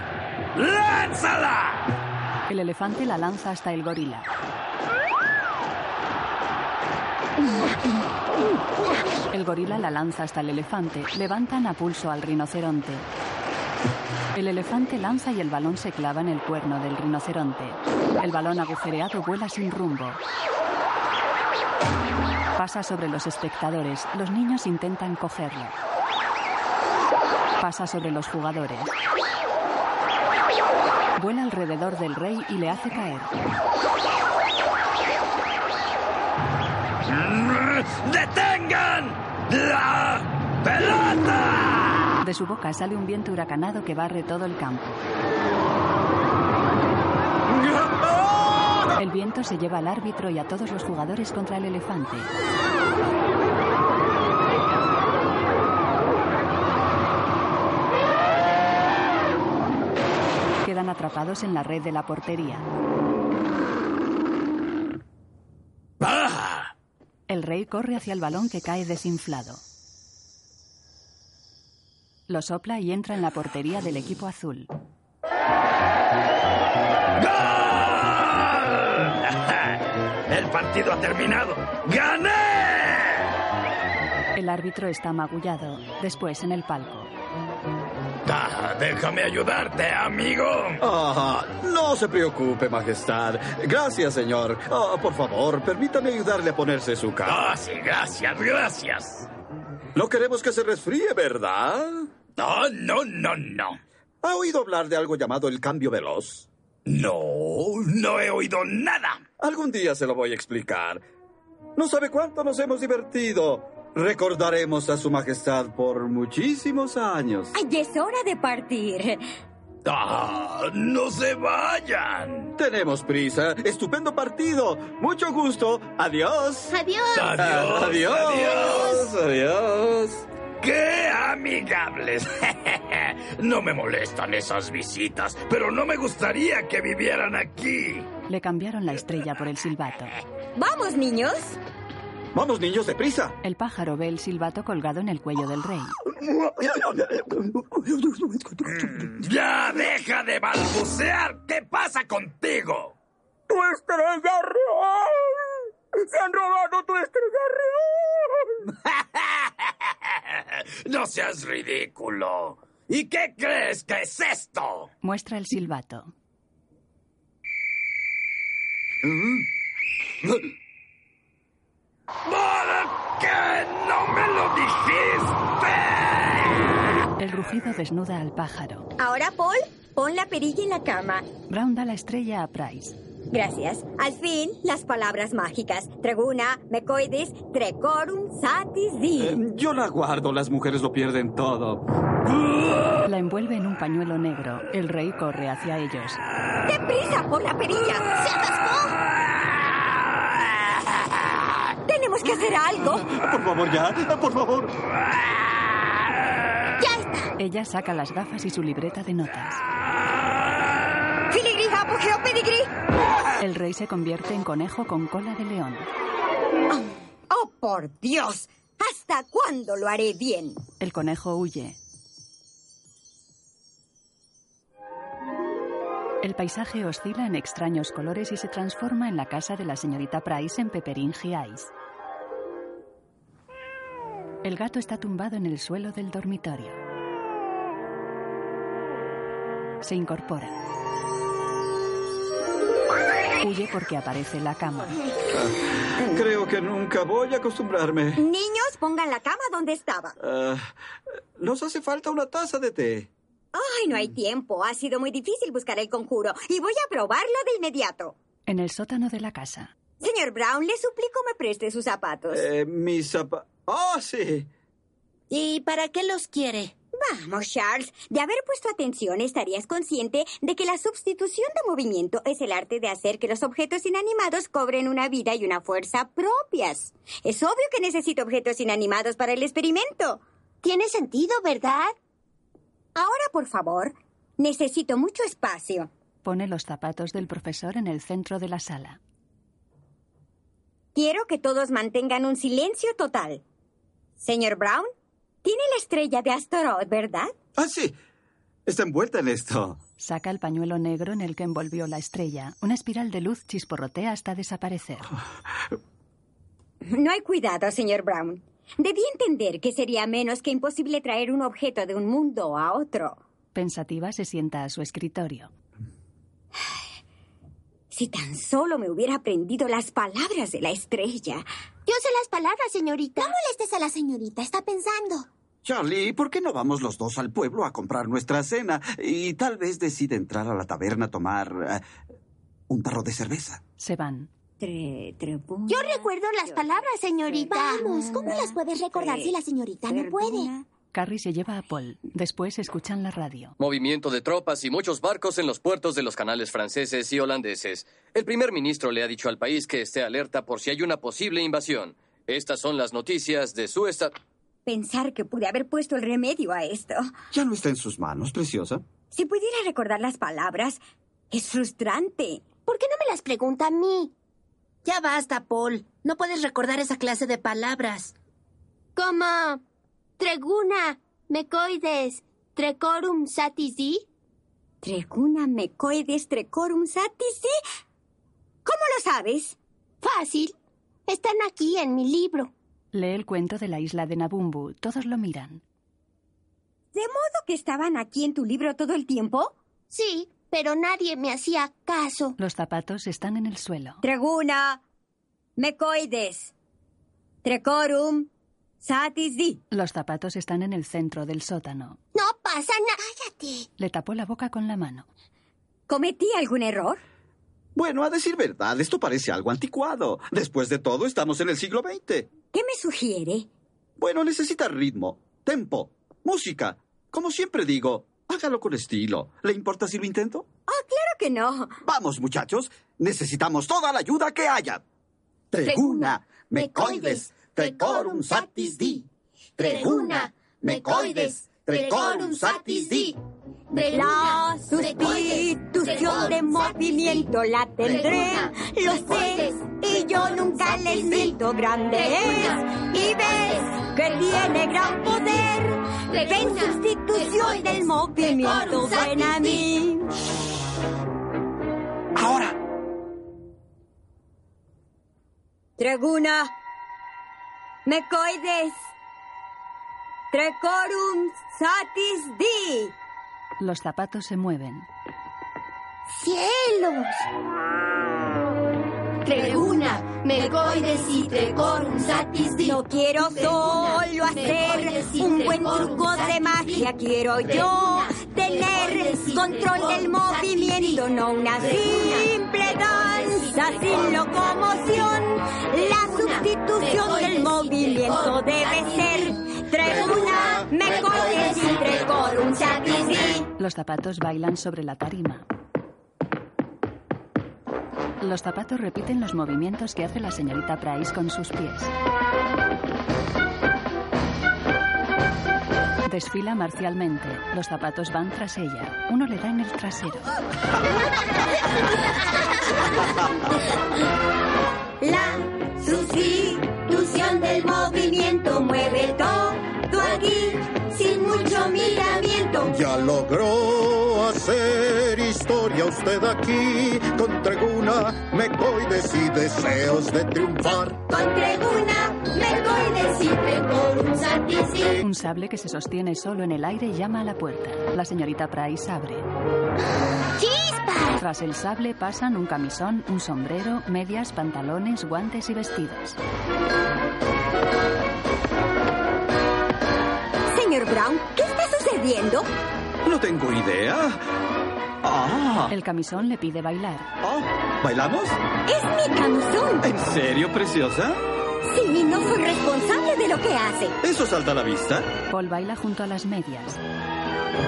¡Lánzala! El elefante la lanza hasta el gorila. El gorila la lanza hasta el elefante. Levantan a pulso al rinoceronte. El elefante lanza y el balón se clava en el cuerno del rinoceronte. El balón agujereado vuela sin rumbo. Pasa sobre los espectadores. Los niños intentan cogerlo. Pasa sobre los jugadores. Vuela alrededor del rey y le hace caer. ¡Detengan la pelota! De su boca sale un viento huracanado que barre todo el campo. El viento se lleva al árbitro y a todos los jugadores contra el elefante. Quedan atrapados en la red de la portería. El rey corre hacia el balón que cae desinflado. Lo sopla y entra en la portería del equipo azul. El partido ha terminado. ¡Gané! El árbitro está magullado, después en el palco. Ah, déjame ayudarte, amigo. Ah, no se preocupe, Majestad. Gracias, señor. Ah, por favor, permítame ayudarle a ponerse su cara. Ah, sí, gracias, gracias. No queremos que se resfríe, ¿verdad? No, no, no, no. ¿Ha oído hablar de algo llamado el cambio veloz? No, no he oído nada. Algún día se lo voy a explicar. No sabe cuánto nos hemos divertido. Recordaremos a su majestad por muchísimos años. Ay, es hora de partir. Ah, no se vayan. Tenemos prisa. Estupendo partido. Mucho gusto. Adiós. Adiós. Adiós, Ah, Adiós. Adiós. Adiós. ¡Qué amigables! no me molestan esas visitas, pero no me gustaría que vivieran aquí. Le cambiaron la estrella por el silbato. Vamos, niños. Vamos, niños, deprisa. El pájaro ve el silbato colgado en el cuello del rey. ¡Ya deja de balbucear! ¿Qué pasa contigo? ¡Tu estrella real! ¡Se han robado tu estrella real! ¡No seas ridículo! ¿Y qué crees que es esto? Muestra el silbato. ¿Por qué no me lo dijiste? El rugido desnuda al pájaro. Ahora, Paul, pon la perilla en la cama. Brown da la estrella a Price. Gracias. Al fin, las palabras mágicas. Treguna, mecoides, trecorum, satis, di. Eh, Yo la guardo. Las mujeres lo pierden todo. La envuelve en un pañuelo negro. El rey corre hacia ellos. ¡Deprisa, Paul, la perilla! ¡Se atascó! ¡Tenemos que hacer algo! Por favor, ya. Por favor. ¡Ya está! Ella saca las gafas y su libreta de notas. ¡Filigrí, apogeo, pedigrí! El rey se convierte en conejo con cola de león. ¡Oh, por Dios! ¿Hasta cuándo lo haré bien? El conejo huye. El paisaje oscila en extraños colores y se transforma en la casa de la señorita Price en Peperingi Ice. El gato está tumbado en el suelo del dormitorio. Se incorpora. Huye porque aparece la cama. Creo que nunca voy a acostumbrarme. Niños, pongan la cama donde estaba. Ah, nos hace falta una taza de té. Ay, no hay tiempo. Ha sido muy difícil buscar el conjuro y voy a probarlo de inmediato. En el sótano de la casa. Señor Brown, le suplico me preste sus zapatos. Eh, mis zapa- ¡Ah, ¡Oh, sí! ¿Y para qué los quiere? Vamos, Charles. De haber puesto atención, estarías consciente de que la sustitución de movimiento es el arte de hacer que los objetos inanimados cobren una vida y una fuerza propias. Es obvio que necesito objetos inanimados para el experimento. Tiene sentido, ¿verdad? Ahora, por favor, necesito mucho espacio. Pone los zapatos del profesor en el centro de la sala. Quiero que todos mantengan un silencio total. Señor Brown, tiene la estrella de Astaroth, ¿verdad? Ah, sí. Está envuelta en esto. Saca el pañuelo negro en el que envolvió la estrella. Una espiral de luz chisporrotea hasta desaparecer. No hay cuidado, señor Brown. Debí entender que sería menos que imposible traer un objeto de un mundo a otro. Pensativa se sienta a su escritorio. Si tan solo me hubiera aprendido las palabras de la estrella. Yo sé las palabras, señorita. No molestes a la señorita, está pensando. Charlie, ¿por qué no vamos los dos al pueblo a comprar nuestra cena? Y tal vez decida entrar a la taberna a tomar eh, un tarro de cerveza. Se van. Yo recuerdo las palabras, señorita. Vamos, ¿cómo las puedes recordar si la señorita no puede? Carrie se lleva a Paul. Después escuchan la radio. Movimiento de tropas y muchos barcos en los puertos de los canales franceses y holandeses. El primer ministro le ha dicho al país que esté alerta por si hay una posible invasión. Estas son las noticias de su estado. Pensar que pude haber puesto el remedio a esto. Ya no está en sus manos, preciosa. Si pudiera recordar las palabras, es frustrante. ¿Por qué no me las pregunta a mí? Ya basta, Paul. No puedes recordar esa clase de palabras. Como treguna, mecoides, trecorum satisi. Treguna mecoides trecorum satisi. ¿Cómo lo sabes? Fácil. Están aquí en mi libro. Lee el cuento de la isla de Nabumbu. Todos lo miran. ¿De modo que estaban aquí en tu libro todo el tiempo? Sí, pero nadie me hacía caso. Los zapatos están en el suelo. Treguna mecoides trecorum satis di. Los zapatos están en el centro del sótano. No pasa nada. Cállate. Le tapó la boca con la mano. ¿Cometí algún error? Bueno, a decir verdad, esto parece algo anticuado. Después de todo, estamos en el siglo XX. ¿Qué me sugiere? Bueno, necesita ritmo, tempo, música. Como siempre digo, hágalo con estilo. ¿Le importa si lo intento? Ah, claro que no. Vamos, muchachos. Necesitamos toda la ayuda que haya. Treguna, mecoides, trecorum satis di. Treguna, mecoides, trecorum satis di. La sustitución de movimiento la tendré, lo sé, y yo nunca les miento grande es, y ves que tiene gran poder, ven sustitución del movimiento ven a mí. Ahora, Treguna, mecoides, trecorum satis di. Los zapatos se mueven. ¡Cielos! Treguna, mecoides y trecorum satis di. No quiero solo hacer un buen truco de magia, quiero yo tener control del movimiento, no una simple danza sin locomoción. La sustitución del movimiento debe ser treguna, mecoides y trecorum satis di. Los zapatos bailan sobre la tarima. Los zapatos repiten los movimientos que hace la señorita Price con sus pies. Desfila marcialmente. Los zapatos van tras ella. Uno le da en el trasero. La sustitución del movimiento mueve todo aquí, sin mucho miramiento. Ya logró hacer historia usted aquí con treguna, mecoides y deseos de triunfar. Con treguna, me voy de siempre por un satisfactorio. Un sable que se sostiene solo en el aire llama a la puerta. La señorita Price abre. ¡Chispas! Tras el sable pasan un camisón, un sombrero, medias, pantalones, guantes y vestidos. Señor Brown, ¿qué está sucediendo? No tengo idea. Ah, El camisón le pide bailar. ¿bailamos? Es mi camisón. ¿En serio, preciosa? Sí, no soy responsable de lo que hace. ¿Eso salta a la vista? Paul baila junto a las medias.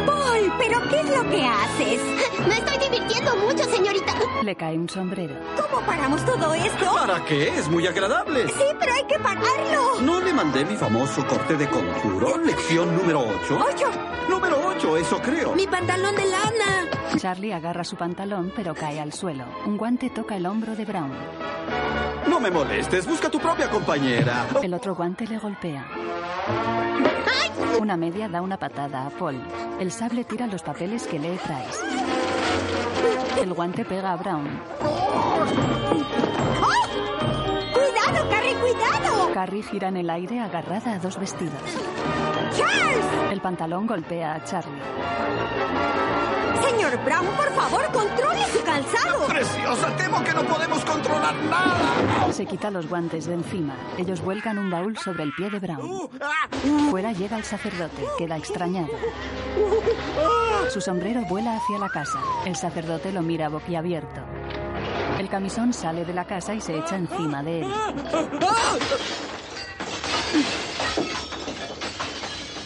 Paul, ¿pero qué es lo que haces? Me estoy divirtiendo mucho, señorita. Le cae un sombrero. ¿Cómo paramos todo esto? ¿Para qué? Es muy agradable. Sí, pero hay que pagarlo. ¿No le mandé mi famoso corte de conjuro? Lección número 8. ¡Ocho! Número 8, eso creo. pantalón de lana! Charlie agarra su pantalón, pero cae al suelo. Un guante toca el hombro de Brown. No me molestes, busca tu propia compañera. El otro guante le golpea. Una media da una patada a Paul. El sable tira los papeles que lee Price. El guante pega a Brown. ¡Cuidado, Carrie, cuidado! Carrie gira en el aire agarrada a dos vestidos. El pantalón golpea a Charlie. Señor Brown, por favor, controle su calzado. Preciosa, temo que no podemos controlar nada. Se quita los guantes de encima. Ellos vuelcan un baúl sobre el pie de Uh, Brown. ah. Fuera llega el sacerdote. Queda extrañado. Su sombrero vuela hacia la casa. El sacerdote lo mira boquiabierto. El camisón sale de la casa y se echa encima de él.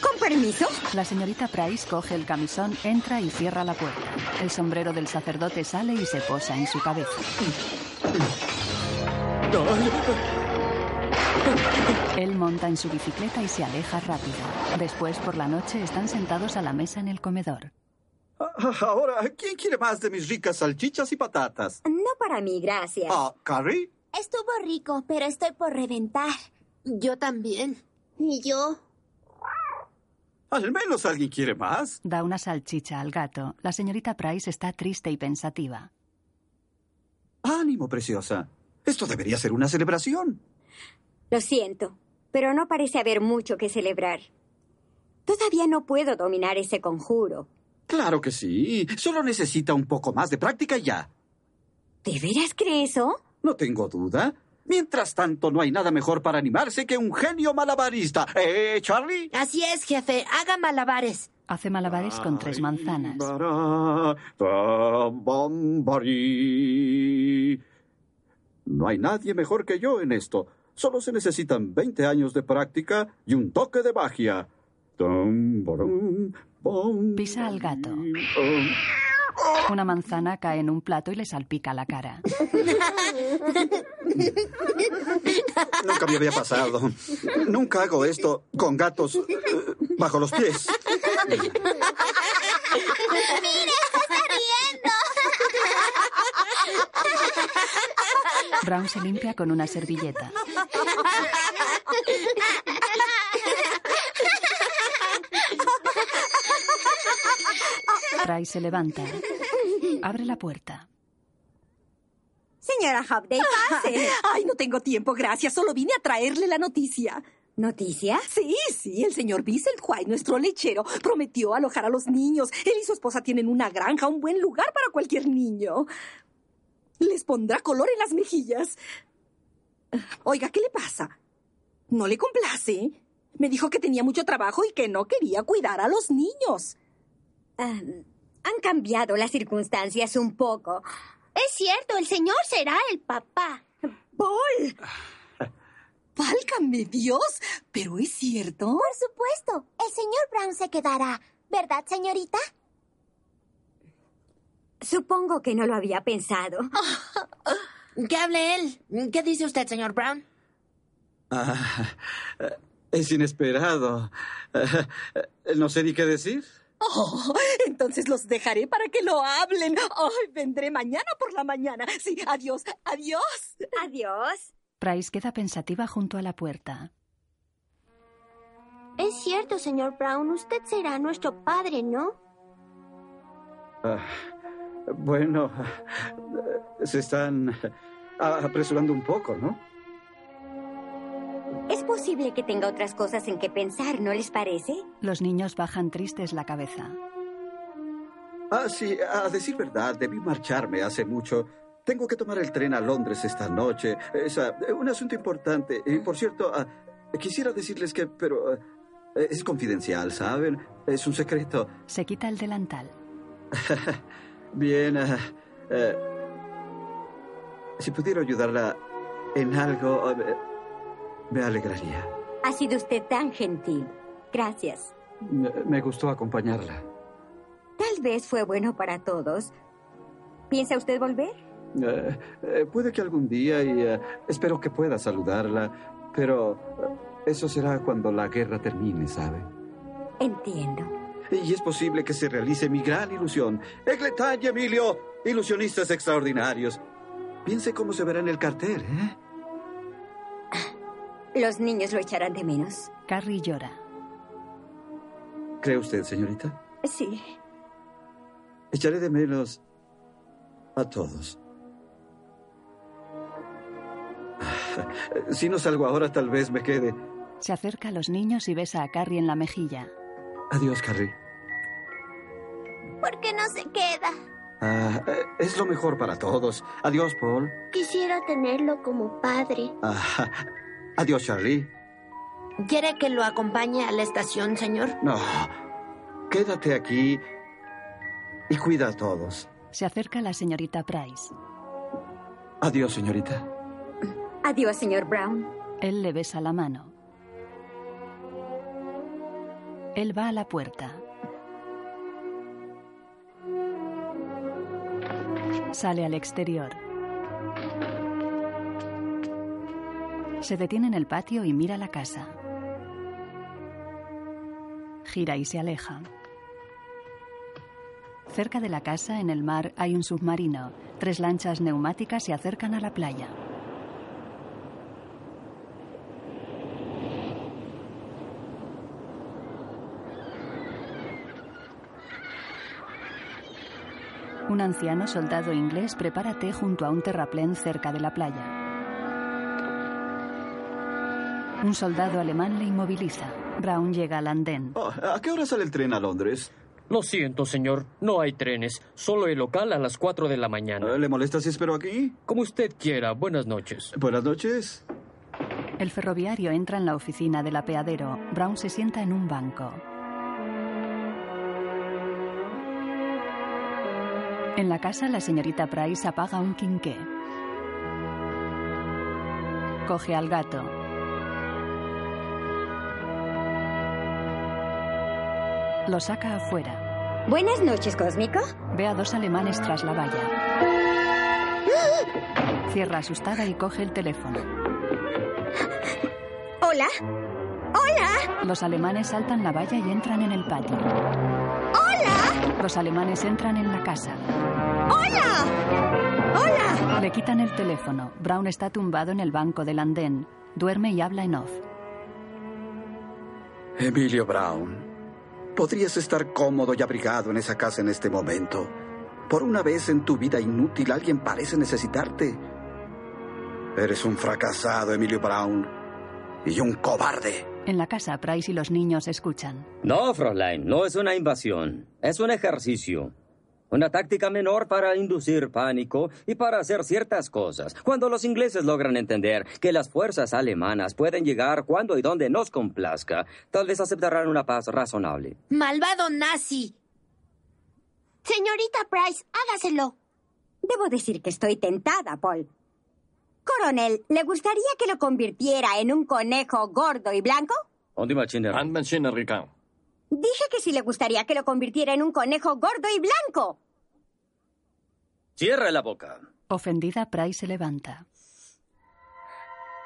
¿Con permiso? La señorita Price coge el camisón, entra y cierra la puerta. El sombrero del sacerdote sale y se posa en su cabeza. Él monta en su bicicleta y se aleja rápido. Después, por la noche, están sentados a la mesa en el comedor. Ah, Ahora, ¿quién quiere más de mis ricas salchichas y patatas? No para mí, gracias. Ah, Carrie. Estuvo rico, pero estoy por reventar. Yo también. ¿Y yo? Al menos alguien quiere más. Da una salchicha al gato. La señorita Price está triste y pensativa. Ánimo, preciosa. Esto debería ser una celebración. Lo siento, pero no parece haber mucho que celebrar. Todavía no puedo dominar ese conjuro. Claro que sí. Solo necesita un poco más de práctica y ya. ¿De veras crees eso? No tengo duda. Mientras tanto, no hay nada mejor para animarse que un genio malabarista. ¿Eh, Charlie? Así es, jefe. Haga malabares. Hace malabares con tres manzanas. Bará, tam, bam, barí. No hay nadie mejor que yo en esto. Solo se necesitan 20 años de práctica y un toque de magia. Tam, barum, bom, Pisa al gato. bom. Una manzana cae en un plato y le salpica la cara. Nunca me había pasado. Nunca hago esto con gatos eh, bajo los pies. ¡Mira, está riendo! Brown se limpia con una servilleta. Price se levanta. Abre la puerta. Señora Hubday, pase. Ay, no tengo tiempo, gracias. Solo vine a traerle la noticia. ¿Noticia? Sí, sí, el señor Bissell White, nuestro lechero, prometió alojar a los niños. Él y su esposa tienen una granja, un buen lugar para cualquier niño. Les pondrá color en las mejillas. Oiga, ¿qué le pasa? ¿No le complace? Me dijo que tenía mucho trabajo y que no quería cuidar a los niños. Ah, han cambiado las circunstancias un poco. Es cierto, el señor será el papá. ¡Paul! ¡Válgame Dios! ¿Pero es cierto? Por supuesto, el señor Brown se quedará. ¿Verdad, señorita? Supongo que no lo había pensado. Que hable él. ¿Qué dice usted, señor Brown? Ah, eh, es inesperado. Eh, eh, No sé ni qué decir. Oh, entonces los dejaré para que lo hablen. Ay, vendré mañana por la mañana. Sí, adiós, adiós. Adiós. Price queda pensativa junto a la puerta. Es cierto, señor Brown, usted será nuestro padre, ¿no? Ah, bueno, eh, se están ah, apresurando un poco, ¿no? Es posible que tenga otras cosas en que pensar, ¿no les parece? Los niños bajan tristes la cabeza. Ah, sí, a decir verdad, debí marcharme hace mucho. Tengo que tomar el tren a Londres esta noche. Es ah, un asunto importante. Y, por cierto, ah, quisiera decirles que, pero ah, es confidencial, ¿saben? Es un secreto. Se quita el delantal. Bien, ah, eh, si pudiera ayudarla en algo, eh, me alegraría. Ha sido usted tan gentil. Gracias. Me, me gustó acompañarla. Tal vez fue bueno para todos. ¿Piensa usted volver? Eh, eh, puede que algún día y eh, espero que pueda saludarla, pero eh, eso será cuando la guerra termine, ¿sabe? Entiendo. Y es posible que se realice mi gran ilusión. Egletán y Emilio, ilusionistas extraordinarios. Piense cómo se verá en el cartel, ¿eh? Los niños lo echarán de menos. Carrie llora. ¿Cree usted, señorita? Sí. Echaré de menos a todos. Ah, Si no salgo ahora, tal vez me quede. Se acerca a los niños y besa a Carrie en la mejilla. Adiós, Carrie. ¿Por qué no se queda? Ah, eh, es lo mejor para todos. Adiós, Paul. Quisiera tenerlo como padre. Ah, adiós, Charlie. ¿Quiere que lo acompañe a la estación, señor? No. Quédate aquí y cuida a todos. Se acerca la señorita Price. Adiós, señorita. Adiós, señor Brown. Él le besa la mano. Él va a la puerta. Sale al exterior. Se detiene en el patio y mira la casa. Gira y se aleja. Cerca de la casa, en el mar, hay un submarino. Tres lanchas neumáticas se acercan a la playa. Un anciano soldado inglés prepara té junto a un terraplén cerca de la playa. Un soldado alemán le inmoviliza. Brown llega al andén. Oh, ¿A qué hora sale el tren a Londres? Lo siento, señor. No hay trenes. Solo el local a las 4 de la mañana. Ah, ¿Le molesta si espero aquí? Como usted quiera. Buenas noches. Buenas noches. El ferroviario entra en la oficina del apeadero. Brown se sienta en un banco. En la casa, la señorita Price apaga un quinqué. Coge al gato. Lo saca afuera. Buenas noches, Cósmico. Ve a dos alemanes tras la valla. Cierra asustada y coge el teléfono. Hola. Hola. Los alemanes saltan la valla y entran en el patio. Hola. Los alemanes entran en la casa. Hola. Hola. Le quitan el teléfono. Brown está tumbado en el banco del andén. Duerme y habla en off. Emilio Brown, podrías estar cómodo y abrigado en esa casa en este momento. Por una vez en tu vida inútil alguien parece necesitarte. Eres un fracasado, Emilio Brown, y un cobarde. En la casa, Price y los niños escuchan. No, Fräulein, no es una invasión. Es un ejercicio. Una táctica menor para inducir pánico y para hacer ciertas cosas. Cuando los ingleses logran entender que las fuerzas alemanas pueden llegar cuando y donde nos complazca, tal vez aceptarán una paz razonable. ¡Malvado nazi! Señorita Price, hágaselo. Debo decir que estoy tentada, Paul. Coronel, ¿le gustaría que lo convirtiera en un conejo gordo y blanco? Dije que sí le gustaría que lo convirtiera en un conejo gordo y blanco. Cierra la boca. Ofendida, Price se levanta.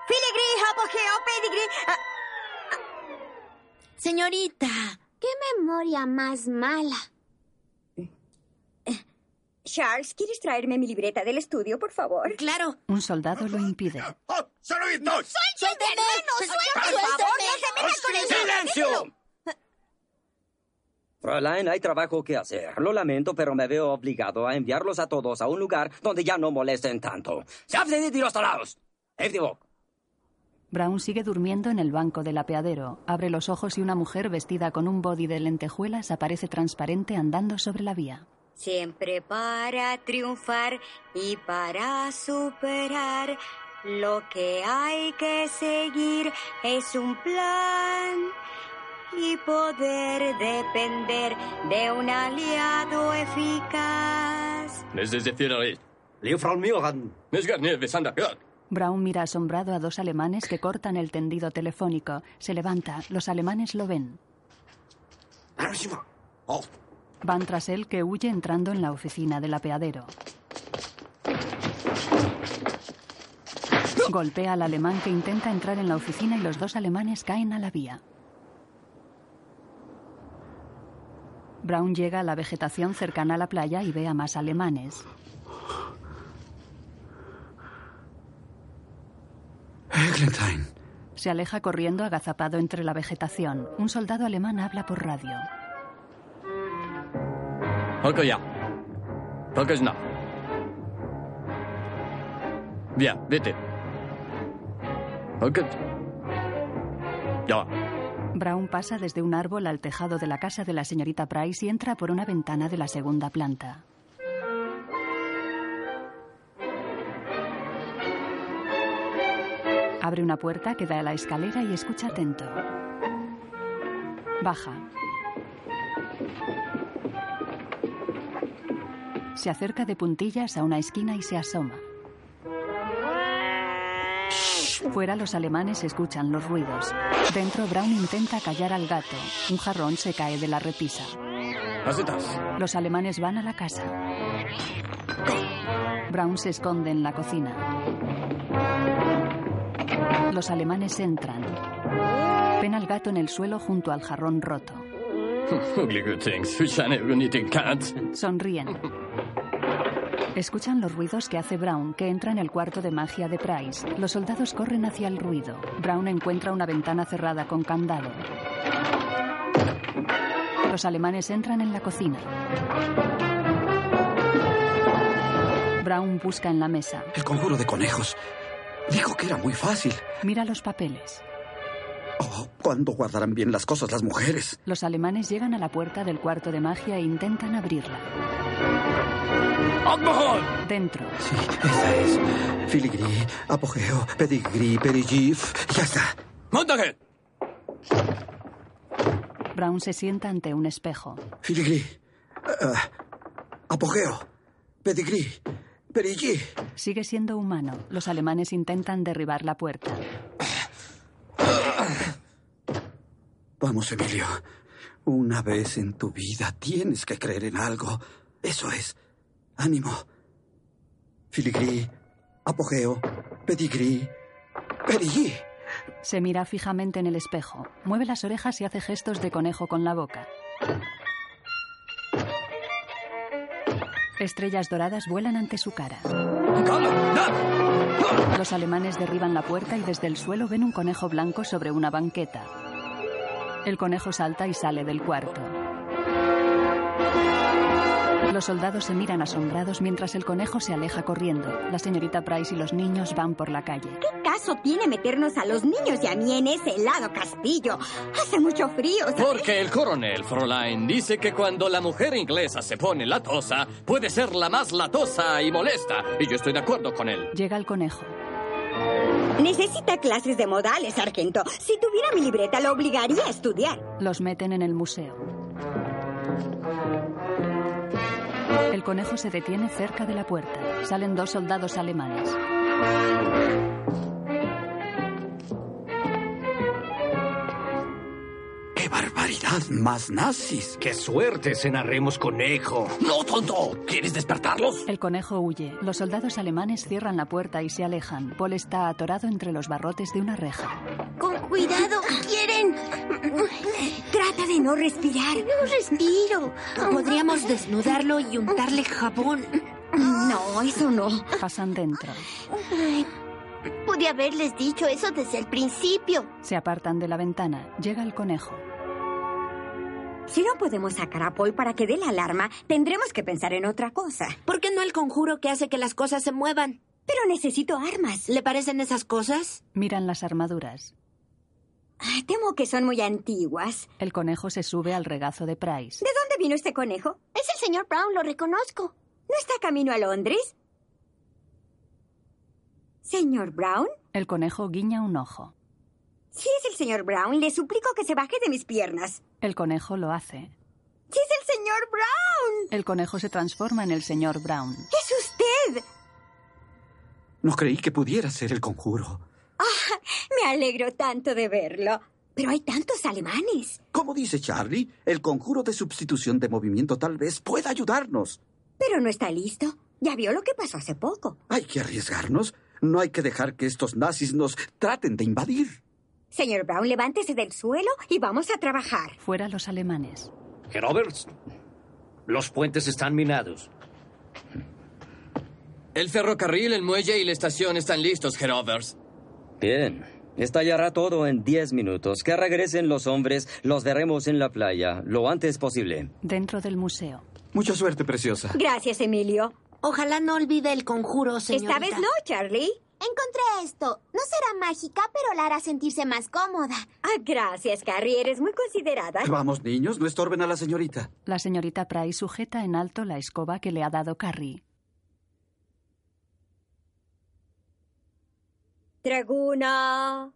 Filigree, apogeo, oh, pedigree. ah, ah. Señorita, ¡Qué memoria más mala! Charles, ¿quieres traerme mi libreta del estudio, por favor? Claro. Un soldado lo impide. ¡Señoritos! ¡Suélteme! ¡Suélteme! ¡Suélteme! ¡Suélteme! ¡No se metan con el ¡Silencio! Fräulein, hay trabajo que hacer. Lo lamento, pero me veo obligado a enviarlos a todos a un lugar donde ya no molesten tanto. ¡Sáfdenit de los talados! Brown sigue durmiendo en el banco del apeadero. Abre los ojos y una mujer vestida con un body de lentejuelas aparece transparente andando sobre la vía. Siempre para triunfar y para superar. Lo que hay que seguir es un plan y poder depender de un aliado eficaz. Es desde Fierari. Liefrau Miogan. Es Garnier de Sandapior. Brown mira asombrado a dos alemanes que cortan el tendido telefónico. Se levanta. Los alemanes lo ven. Van tras él que huye entrando en la oficina del apeadero. Golpea al alemán que intenta entrar en la oficina y los dos alemanes caen a la vía. Brown llega a la vegetación cercana a la playa y ve a más alemanes. Eglentine. Se aleja corriendo agazapado entre la vegetación. Un soldado alemán habla por radio. Ok, ya. Ok, no. Ya, vete. Ok. Ya. Brown pasa desde un árbol al tejado de la casa de la señorita Price y entra por una ventana de la segunda planta. Abre una puerta que da a la escalera y escucha atento. Baja. Se acerca de puntillas a una esquina y se asoma. Fuera los alemanes escuchan los ruidos. Dentro Brown intenta callar al gato. Un jarrón se cae de la repisa. Asetas. Los alemanes van a la casa. Brown se esconde en la cocina. Los alemanes entran. Ven al gato en el suelo junto al jarrón roto. Ugly good things. Fish and eating cats. Sonríen. Escuchan los ruidos que hace Brown, que entra en el cuarto de magia de Price. Los soldados corren hacia el ruido. Brown encuentra una ventana cerrada con candado. Los alemanes entran en la cocina. Brown busca en la mesa. El conjuro de conejos. Dijo que era muy fácil. Mira los papeles. Oh, ¿Cuándo guardarán bien las cosas las mujeres? Los alemanes llegan a la puerta del cuarto de magia e intentan abrirla. Dentro. Sí, esa es. Filigrí, apogeo, pedigrí, perigif. Ya está. ¡Montaje! Brown se sienta ante un espejo. Filigrí. eh, apogeo. Pedigrí. Perigí. Sigue siendo humano. Los alemanes intentan derribar la puerta. Vamos, Emilio. Una vez en tu vida tienes que creer en algo. Eso es. Ánimo. Filigrí, apogeo, pedigrí, perigí. Se mira fijamente en el espejo. Mueve las orejas y hace gestos de conejo con la boca. Estrellas doradas vuelan ante su cara. Los alemanes derriban la puerta y desde el suelo ven un conejo blanco sobre una banqueta. El conejo salta y sale del cuarto. Los soldados se miran asombrados mientras el conejo se aleja corriendo. La señorita Price y los niños van por la calle. ¿Qué caso tiene meternos a los niños y a mí en ese helado castillo? Hace mucho frío. ¿sabes? Porque el coronel Fräulein dice que cuando la mujer inglesa se pone latosa, puede ser la más latosa y molesta. Y yo estoy de acuerdo con él. Llega el conejo. Necesita clases de modales, sargento. Si tuviera mi libreta, lo obligaría a estudiar. Los meten en el museo. El conejo se detiene cerca de la puerta. Salen dos soldados alemanes. ¡Qué barbaridad! Más nazis. ¡Qué suerte cenaremos conejo! ¡No, tonto! ¿Quieres despertarlos? El conejo huye. Los soldados alemanes cierran la puerta y se alejan. Paul está atorado entre los barrotes de una reja. Con cuidado, quieren. Trata de no respirar. No respiro. Podríamos desnudarlo y untarle jabón. No, eso no. Pasan dentro. Ay, pude haberles dicho eso desde el principio. Se apartan de la ventana. Llega el conejo. Si no podemos sacar a Paul para que dé la alarma, tendremos que pensar en otra cosa. ¿Por qué no el conjuro que hace que las cosas se muevan? Pero necesito armas. ¿Le parecen esas cosas? Miran las armaduras. Temo que son muy antiguas. El conejo se sube al regazo de Price. ¿De dónde vino este conejo? Es el señor Brown, lo reconozco. ¿No está camino a Londres? ¿Señor Brown? El conejo guiña un ojo. Si es el señor Brown, le suplico que se baje de mis piernas. El conejo lo hace. ¡Sí es el señor Brown! El conejo se transforma en el señor Brown. ¡Es usted! No creí que pudiera ser el conjuro. Ah, me alegro tanto de verlo. Pero hay tantos alemanes. Como dice Charlie, el conjuro de sustitución de movimiento tal vez pueda ayudarnos. Pero no está listo. Ya vio lo que pasó hace poco. Hay que arriesgarnos. No hay que dejar que estos nazis nos traten de invadir. Señor Brown, levántese del suelo y vamos a trabajar. Fuera los alemanes. Roberts, los puentes están minados. El ferrocarril, el muelle y la estación están listos, Gerovers. Bien. Estallará todo en 10 minutos. Que regresen los hombres, los veremos en la playa, lo antes posible. Dentro del museo. Mucha suerte, preciosa. Gracias, Emilio. Ojalá no olvide el conjuro, señorita. Esta vez no, Charlie. Encontré esto. No será mágica, pero la hará sentirse más cómoda. Ah, gracias, Carrie. Eres muy considerada. Vamos, niños, no estorben a la señorita. La señorita Price sujeta en alto la escoba que le ha dado Carrie. Draguna.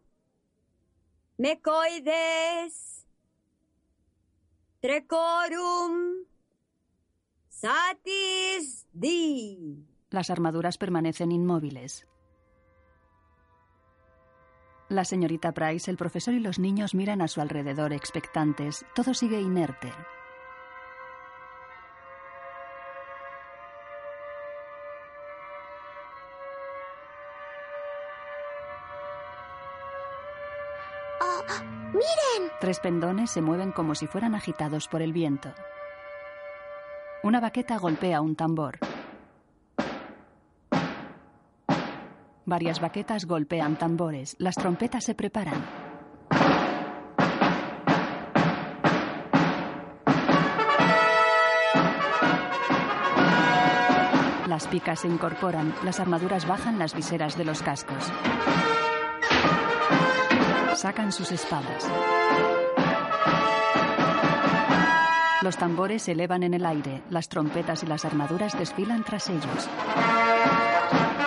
Mecoides. Trecorum. Satis di. Las armaduras permanecen inmóviles. La señorita Price, el profesor y los niños miran a su alrededor expectantes. Todo sigue inerte. ¡Oh, miren! Tres pendones se mueven como si fueran agitados por el viento. Una baqueta golpea un tambor. Varias baquetas golpean tambores. Las trompetas se preparan. Las picas se incorporan. Las armaduras bajan las viseras de los cascos. Sacan sus espadas. Los tambores se elevan en el aire, las trompetas y las armaduras desfilan tras ellos.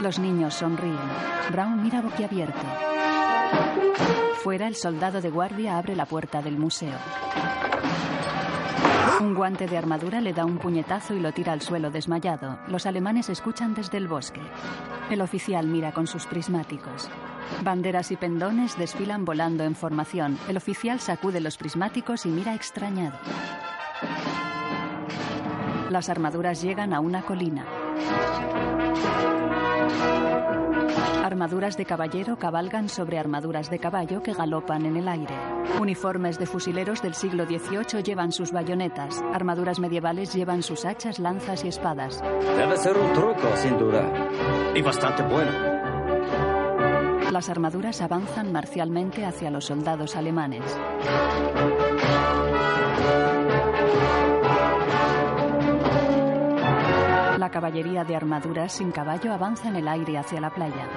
Los niños sonríen. Brown mira boquiabierto. Fuera, el soldado de guardia abre la puerta del museo. Un guante de armadura le da un puñetazo y lo tira al suelo desmayado. Los alemanes escuchan desde el bosque. El oficial mira con sus prismáticos. Banderas y pendones desfilan volando en formación. El oficial sacude los prismáticos y mira extrañado. Las armaduras llegan a una colina. Armaduras de caballero cabalgan sobre armaduras de caballo que galopan en el aire. Uniformes de fusileros del siglo XVIII llevan sus bayonetas. Armaduras medievales llevan sus hachas, lanzas y espadas. Debe ser un truco, sin duda. Y bastante bueno. Las armaduras avanzan marcialmente hacia los soldados alemanes. La caballería de armaduras sin caballo avanza en el aire hacia la playa.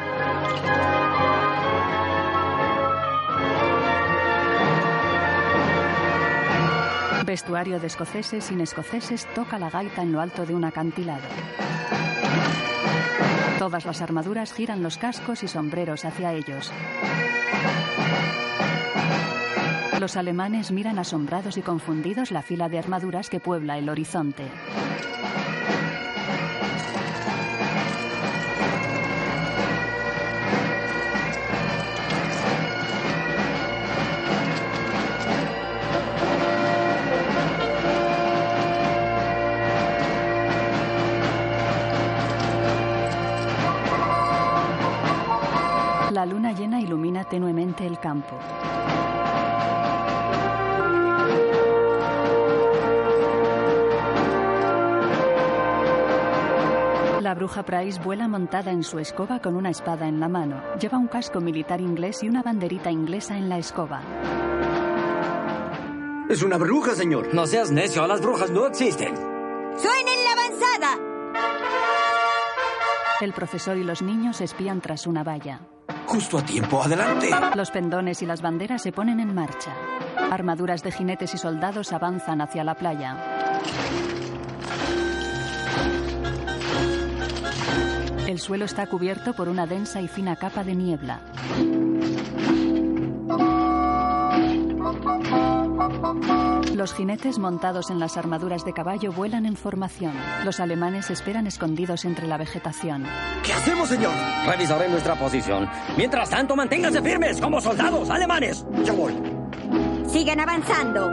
Vestuario de escoceses sin escoceses toca la gaita en lo alto de un acantilado. Todas las armaduras giran los cascos y sombreros hacia ellos. Los alemanes miran asombrados y confundidos la fila de armaduras que puebla el horizonte. La luna llena ilumina tenuemente el campo. La bruja Price vuela montada en su escoba con una espada en la mano. Lleva un casco militar inglés y una banderita inglesa en la escoba. Es una bruja, señor. No seas necio, las brujas no existen. ¡Suenen la avanzada! El profesor y los niños espían tras una valla. Justo a tiempo, adelante. Los pendones y las banderas se ponen en marcha. Armaduras de jinetes y soldados avanzan hacia la playa. El suelo está cubierto por una densa y fina capa de niebla. Los jinetes montados en las armaduras de caballo vuelan en formación. Los alemanes esperan escondidos entre la vegetación. ¿Qué hacemos, señor? Revisaré nuestra posición. Mientras tanto, manténganse firmes como soldados alemanes. Yo voy. Sigan avanzando.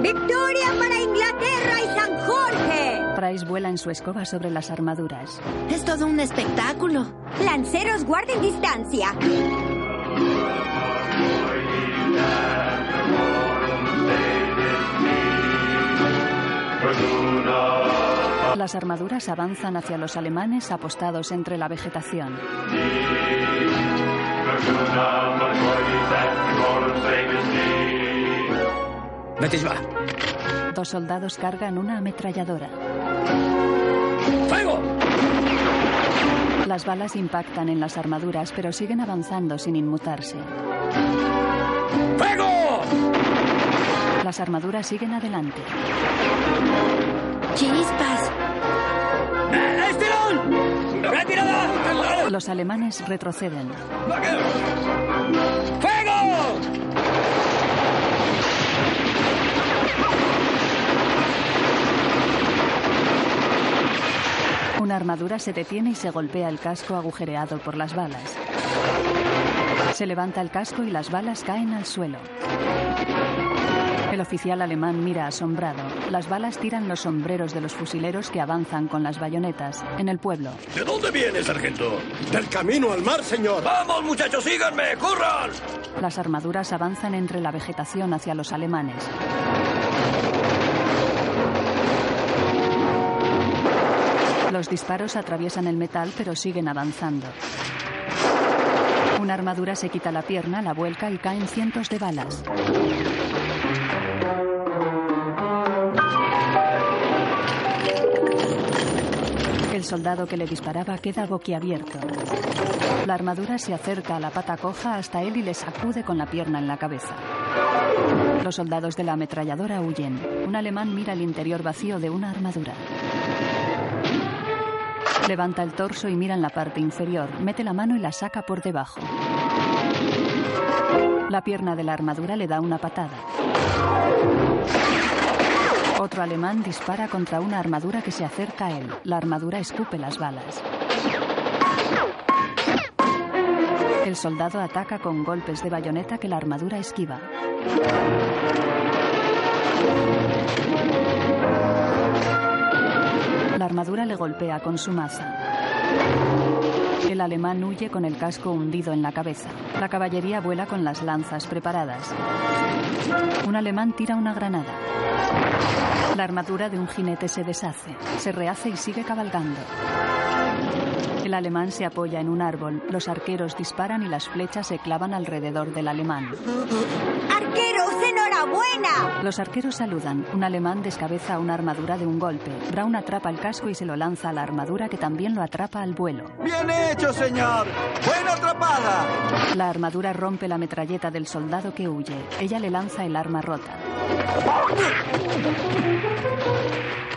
¡Victoria para Inglaterra y San Jorge! Price vuela en su escoba sobre las armaduras. Es todo un espectáculo. Lanceros, guarden distancia. Las armaduras avanzan hacia los alemanes apostados entre la vegetación. Metisba. Dos soldados cargan una ametralladora. ¡Fuego! Las balas impactan en las armaduras, pero siguen avanzando sin inmutarse. ¡Fuego! Las armaduras siguen adelante. ¡Chispas! ¡Estirón! ¡Retirada! Los alemanes retroceden. ¡Fuego! Una armadura se detiene y se golpea el casco agujereado por las balas. Se levanta el casco y las balas caen al suelo. El oficial alemán mira asombrado. Las balas tiran los sombreros de los fusileros que avanzan con las bayonetas en el pueblo. ¿De dónde viene, sargento? Del camino al mar, señor. ¡Vamos, muchachos, síganme! ¡Corran! Las armaduras avanzan entre la vegetación hacia los alemanes. Los disparos atraviesan el metal pero siguen avanzando. Una armadura se quita la pierna, la vuelca y caen cientos de balas. El soldado que le disparaba queda boquiabierto. La armadura se acerca a la pata coja hasta él y le sacude con la pierna en la cabeza. Los soldados de la ametralladora huyen. Un alemán mira el interior vacío de una armadura. Levanta el torso y mira en la parte inferior. Mete la mano y la saca por debajo. La pierna de la armadura le da una patada. Otro alemán dispara contra una armadura que se acerca a él. La armadura escupe las balas. El soldado ataca con golpes de bayoneta que la armadura esquiva. La armadura le golpea con su maza. El alemán huye con el casco hundido en la cabeza. La caballería vuela con las lanzas preparadas. Un alemán tira una granada. La armadura de un jinete se deshace, se rehace y sigue cabalgando. El alemán se apoya en un árbol, los arqueros disparan y las flechas se clavan alrededor del alemán. ¡Arqueros, enhorabuena! Los arqueros saludan. Un alemán descabeza una armadura de un golpe. Brown atrapa el casco y se lo lanza a la armadura que también lo atrapa al vuelo. Bien hecho, señor. Buena atrapada. La armadura rompe la metralleta del soldado que huye. Ella le lanza el arma rota.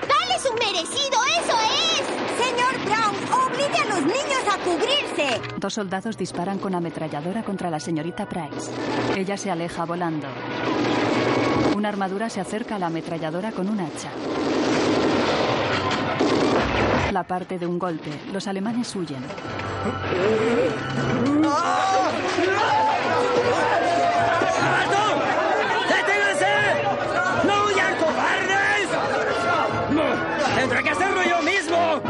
¡Dale su merecido! ¡Eso es! Señor Brown, obligue a los niños a cubrirse. Dos soldados disparan con ametralladora contra la señorita Price. Ella se aleja volando. Una armadura se acerca a la ametralladora con un hacha. La parte de un golpe. Los alemanes huyen. ¡Ah! ¡Deténganse! ¡No huyan, cobardes! ¡Tendré que hacerlo yo mismo!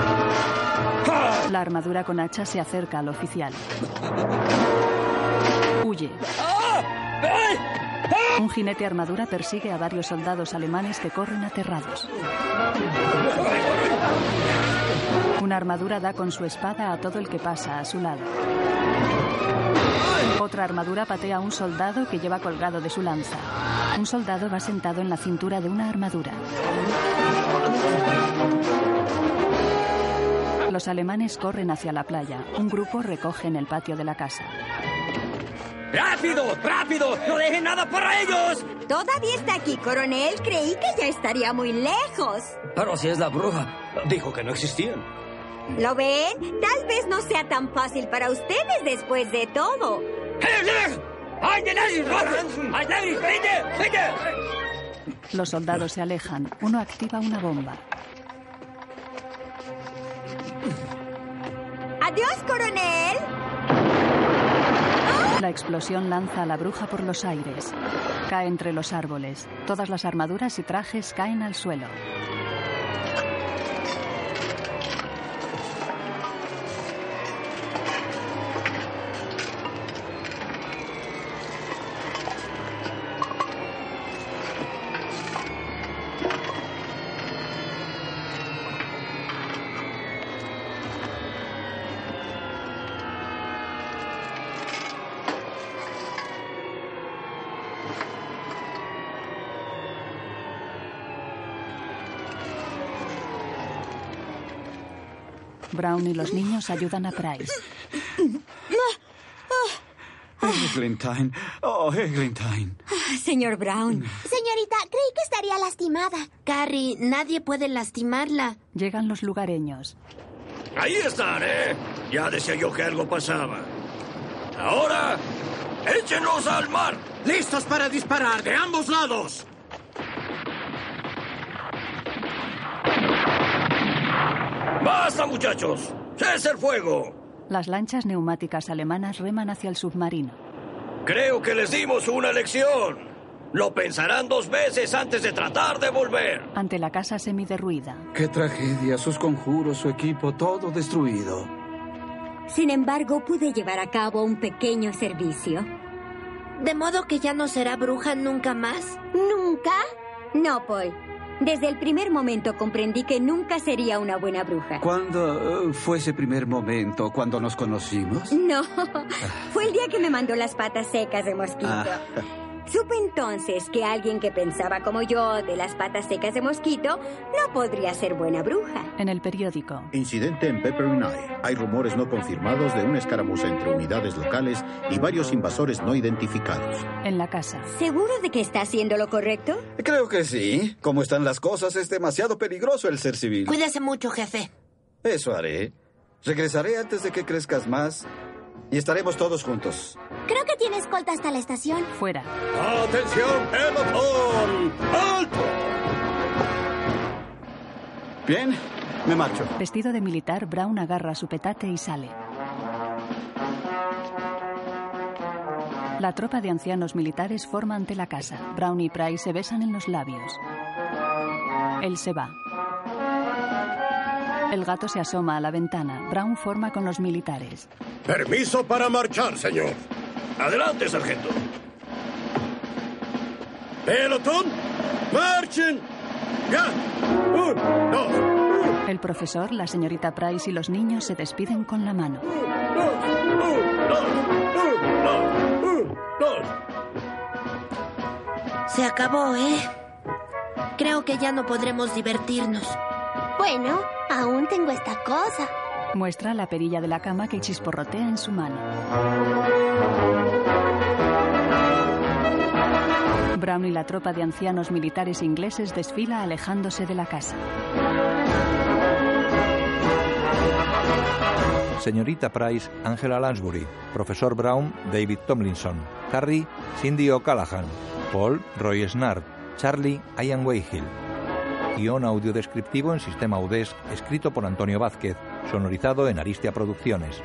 La armadura con hacha se acerca al oficial. Huye. ¡Ah! ¡Ay! ¡Ah! Un jinete armadura persigue a varios soldados alemanes que corren aterrados. Una armadura da con su espada a todo el que pasa a su lado. Otra armadura patea a un soldado que lleva colgado de su lanza. Un soldado va sentado en la cintura de una armadura. Los alemanes corren hacia la playa. Un grupo recoge en el patio de la casa. ¡Rápido! ¡Rápido! ¡No dejen nada para ellos! Todavía está aquí, coronel. Creí que ya estaría muy lejos. Pero si es la bruja, dijo que no existían. ¿Lo ven? Tal vez no sea tan fácil para ustedes después de todo. Los soldados se alejan. Uno activa una bomba. ¡Adiós, coronel! La explosión lanza a la bruja por los aires. Cae entre los árboles. Todas las armaduras y trajes caen al suelo. Brown y los niños ayudan a Price. Ah, Eglantine. Oh, Eglantine. ah, Señor Brown. Señorita, creí que estaría lastimada. Carrie, nadie puede lastimarla. Llegan los lugareños. Ahí están, ¿eh? Ya decía yo que algo pasaba. Ahora, échenos al mar. ¡Listos para disparar de ambos lados! ¡Basta, muchachos! ¡Es el fuego! Las lanchas neumáticas alemanas reman hacia el submarino. Creo que les dimos una lección. Lo pensarán dos veces antes de tratar de volver. Ante la casa semiderruida, Qué tragedia, sus conjuros, su equipo, todo destruido. Sin embargo, pude llevar a cabo un pequeño servicio. ¿De modo que ya no será bruja nunca más? ¿Nunca? No, Paul. Desde el primer momento comprendí que nunca sería una buena bruja. ¿Cuándo eh, fue ese primer momento cuando nos conocimos? No, fue el día que me mandó las patas secas de mosquito. Ah. Ah, Supe entonces que alguien que pensaba como yo de las patas secas de mosquito no podría ser buena bruja. en el periódico, Incidente en Pepperdine. Hay rumores no confirmados de una escaramuza entre unidades locales y varios invasores no identificados. en la casa, ¿Seguro de que está haciendo lo correcto? Creo que sí. Como están las cosas, es demasiado peligroso el ser civil. Cuídese mucho, jefe. Eso haré. Regresaré antes de que crezcas más y estaremos todos juntos. Creo que tiene escolta hasta la estación. fuera. ¡Atención, pelotón! ¡Alto! Bien, me marcho. Vestido de militar, Brown agarra su petate y sale. La tropa de ancianos militares forma ante la casa. Brown y Price se besan en los labios. Él se va. El gato se asoma a la ventana. Brown forma con los militares. Permiso para marchar, señor. Adelante, sargento. Pelotón, marchen. Ya. Un, dos. El profesor, la señorita Price y los niños se despiden con la mano. Se acabó, ¿eh? Creo que ya no podremos divertirnos. Bueno, aún tengo esta cosa. Muestra la perilla de la cama que chisporrotea en su mano. Brown y la tropa de ancianos militares ingleses desfila alejándose de la casa. Señorita Price, Angela Lansbury. Profesor Brown, David Tomlinson. Carrie, Cindy O'Callaghan. Paul, Roy Snart. Charlie, Ian Wayhill. Guión audio descriptivo en sistema UDESC, escrito por Antonio Vázquez, sonorizado en Aristia Producciones.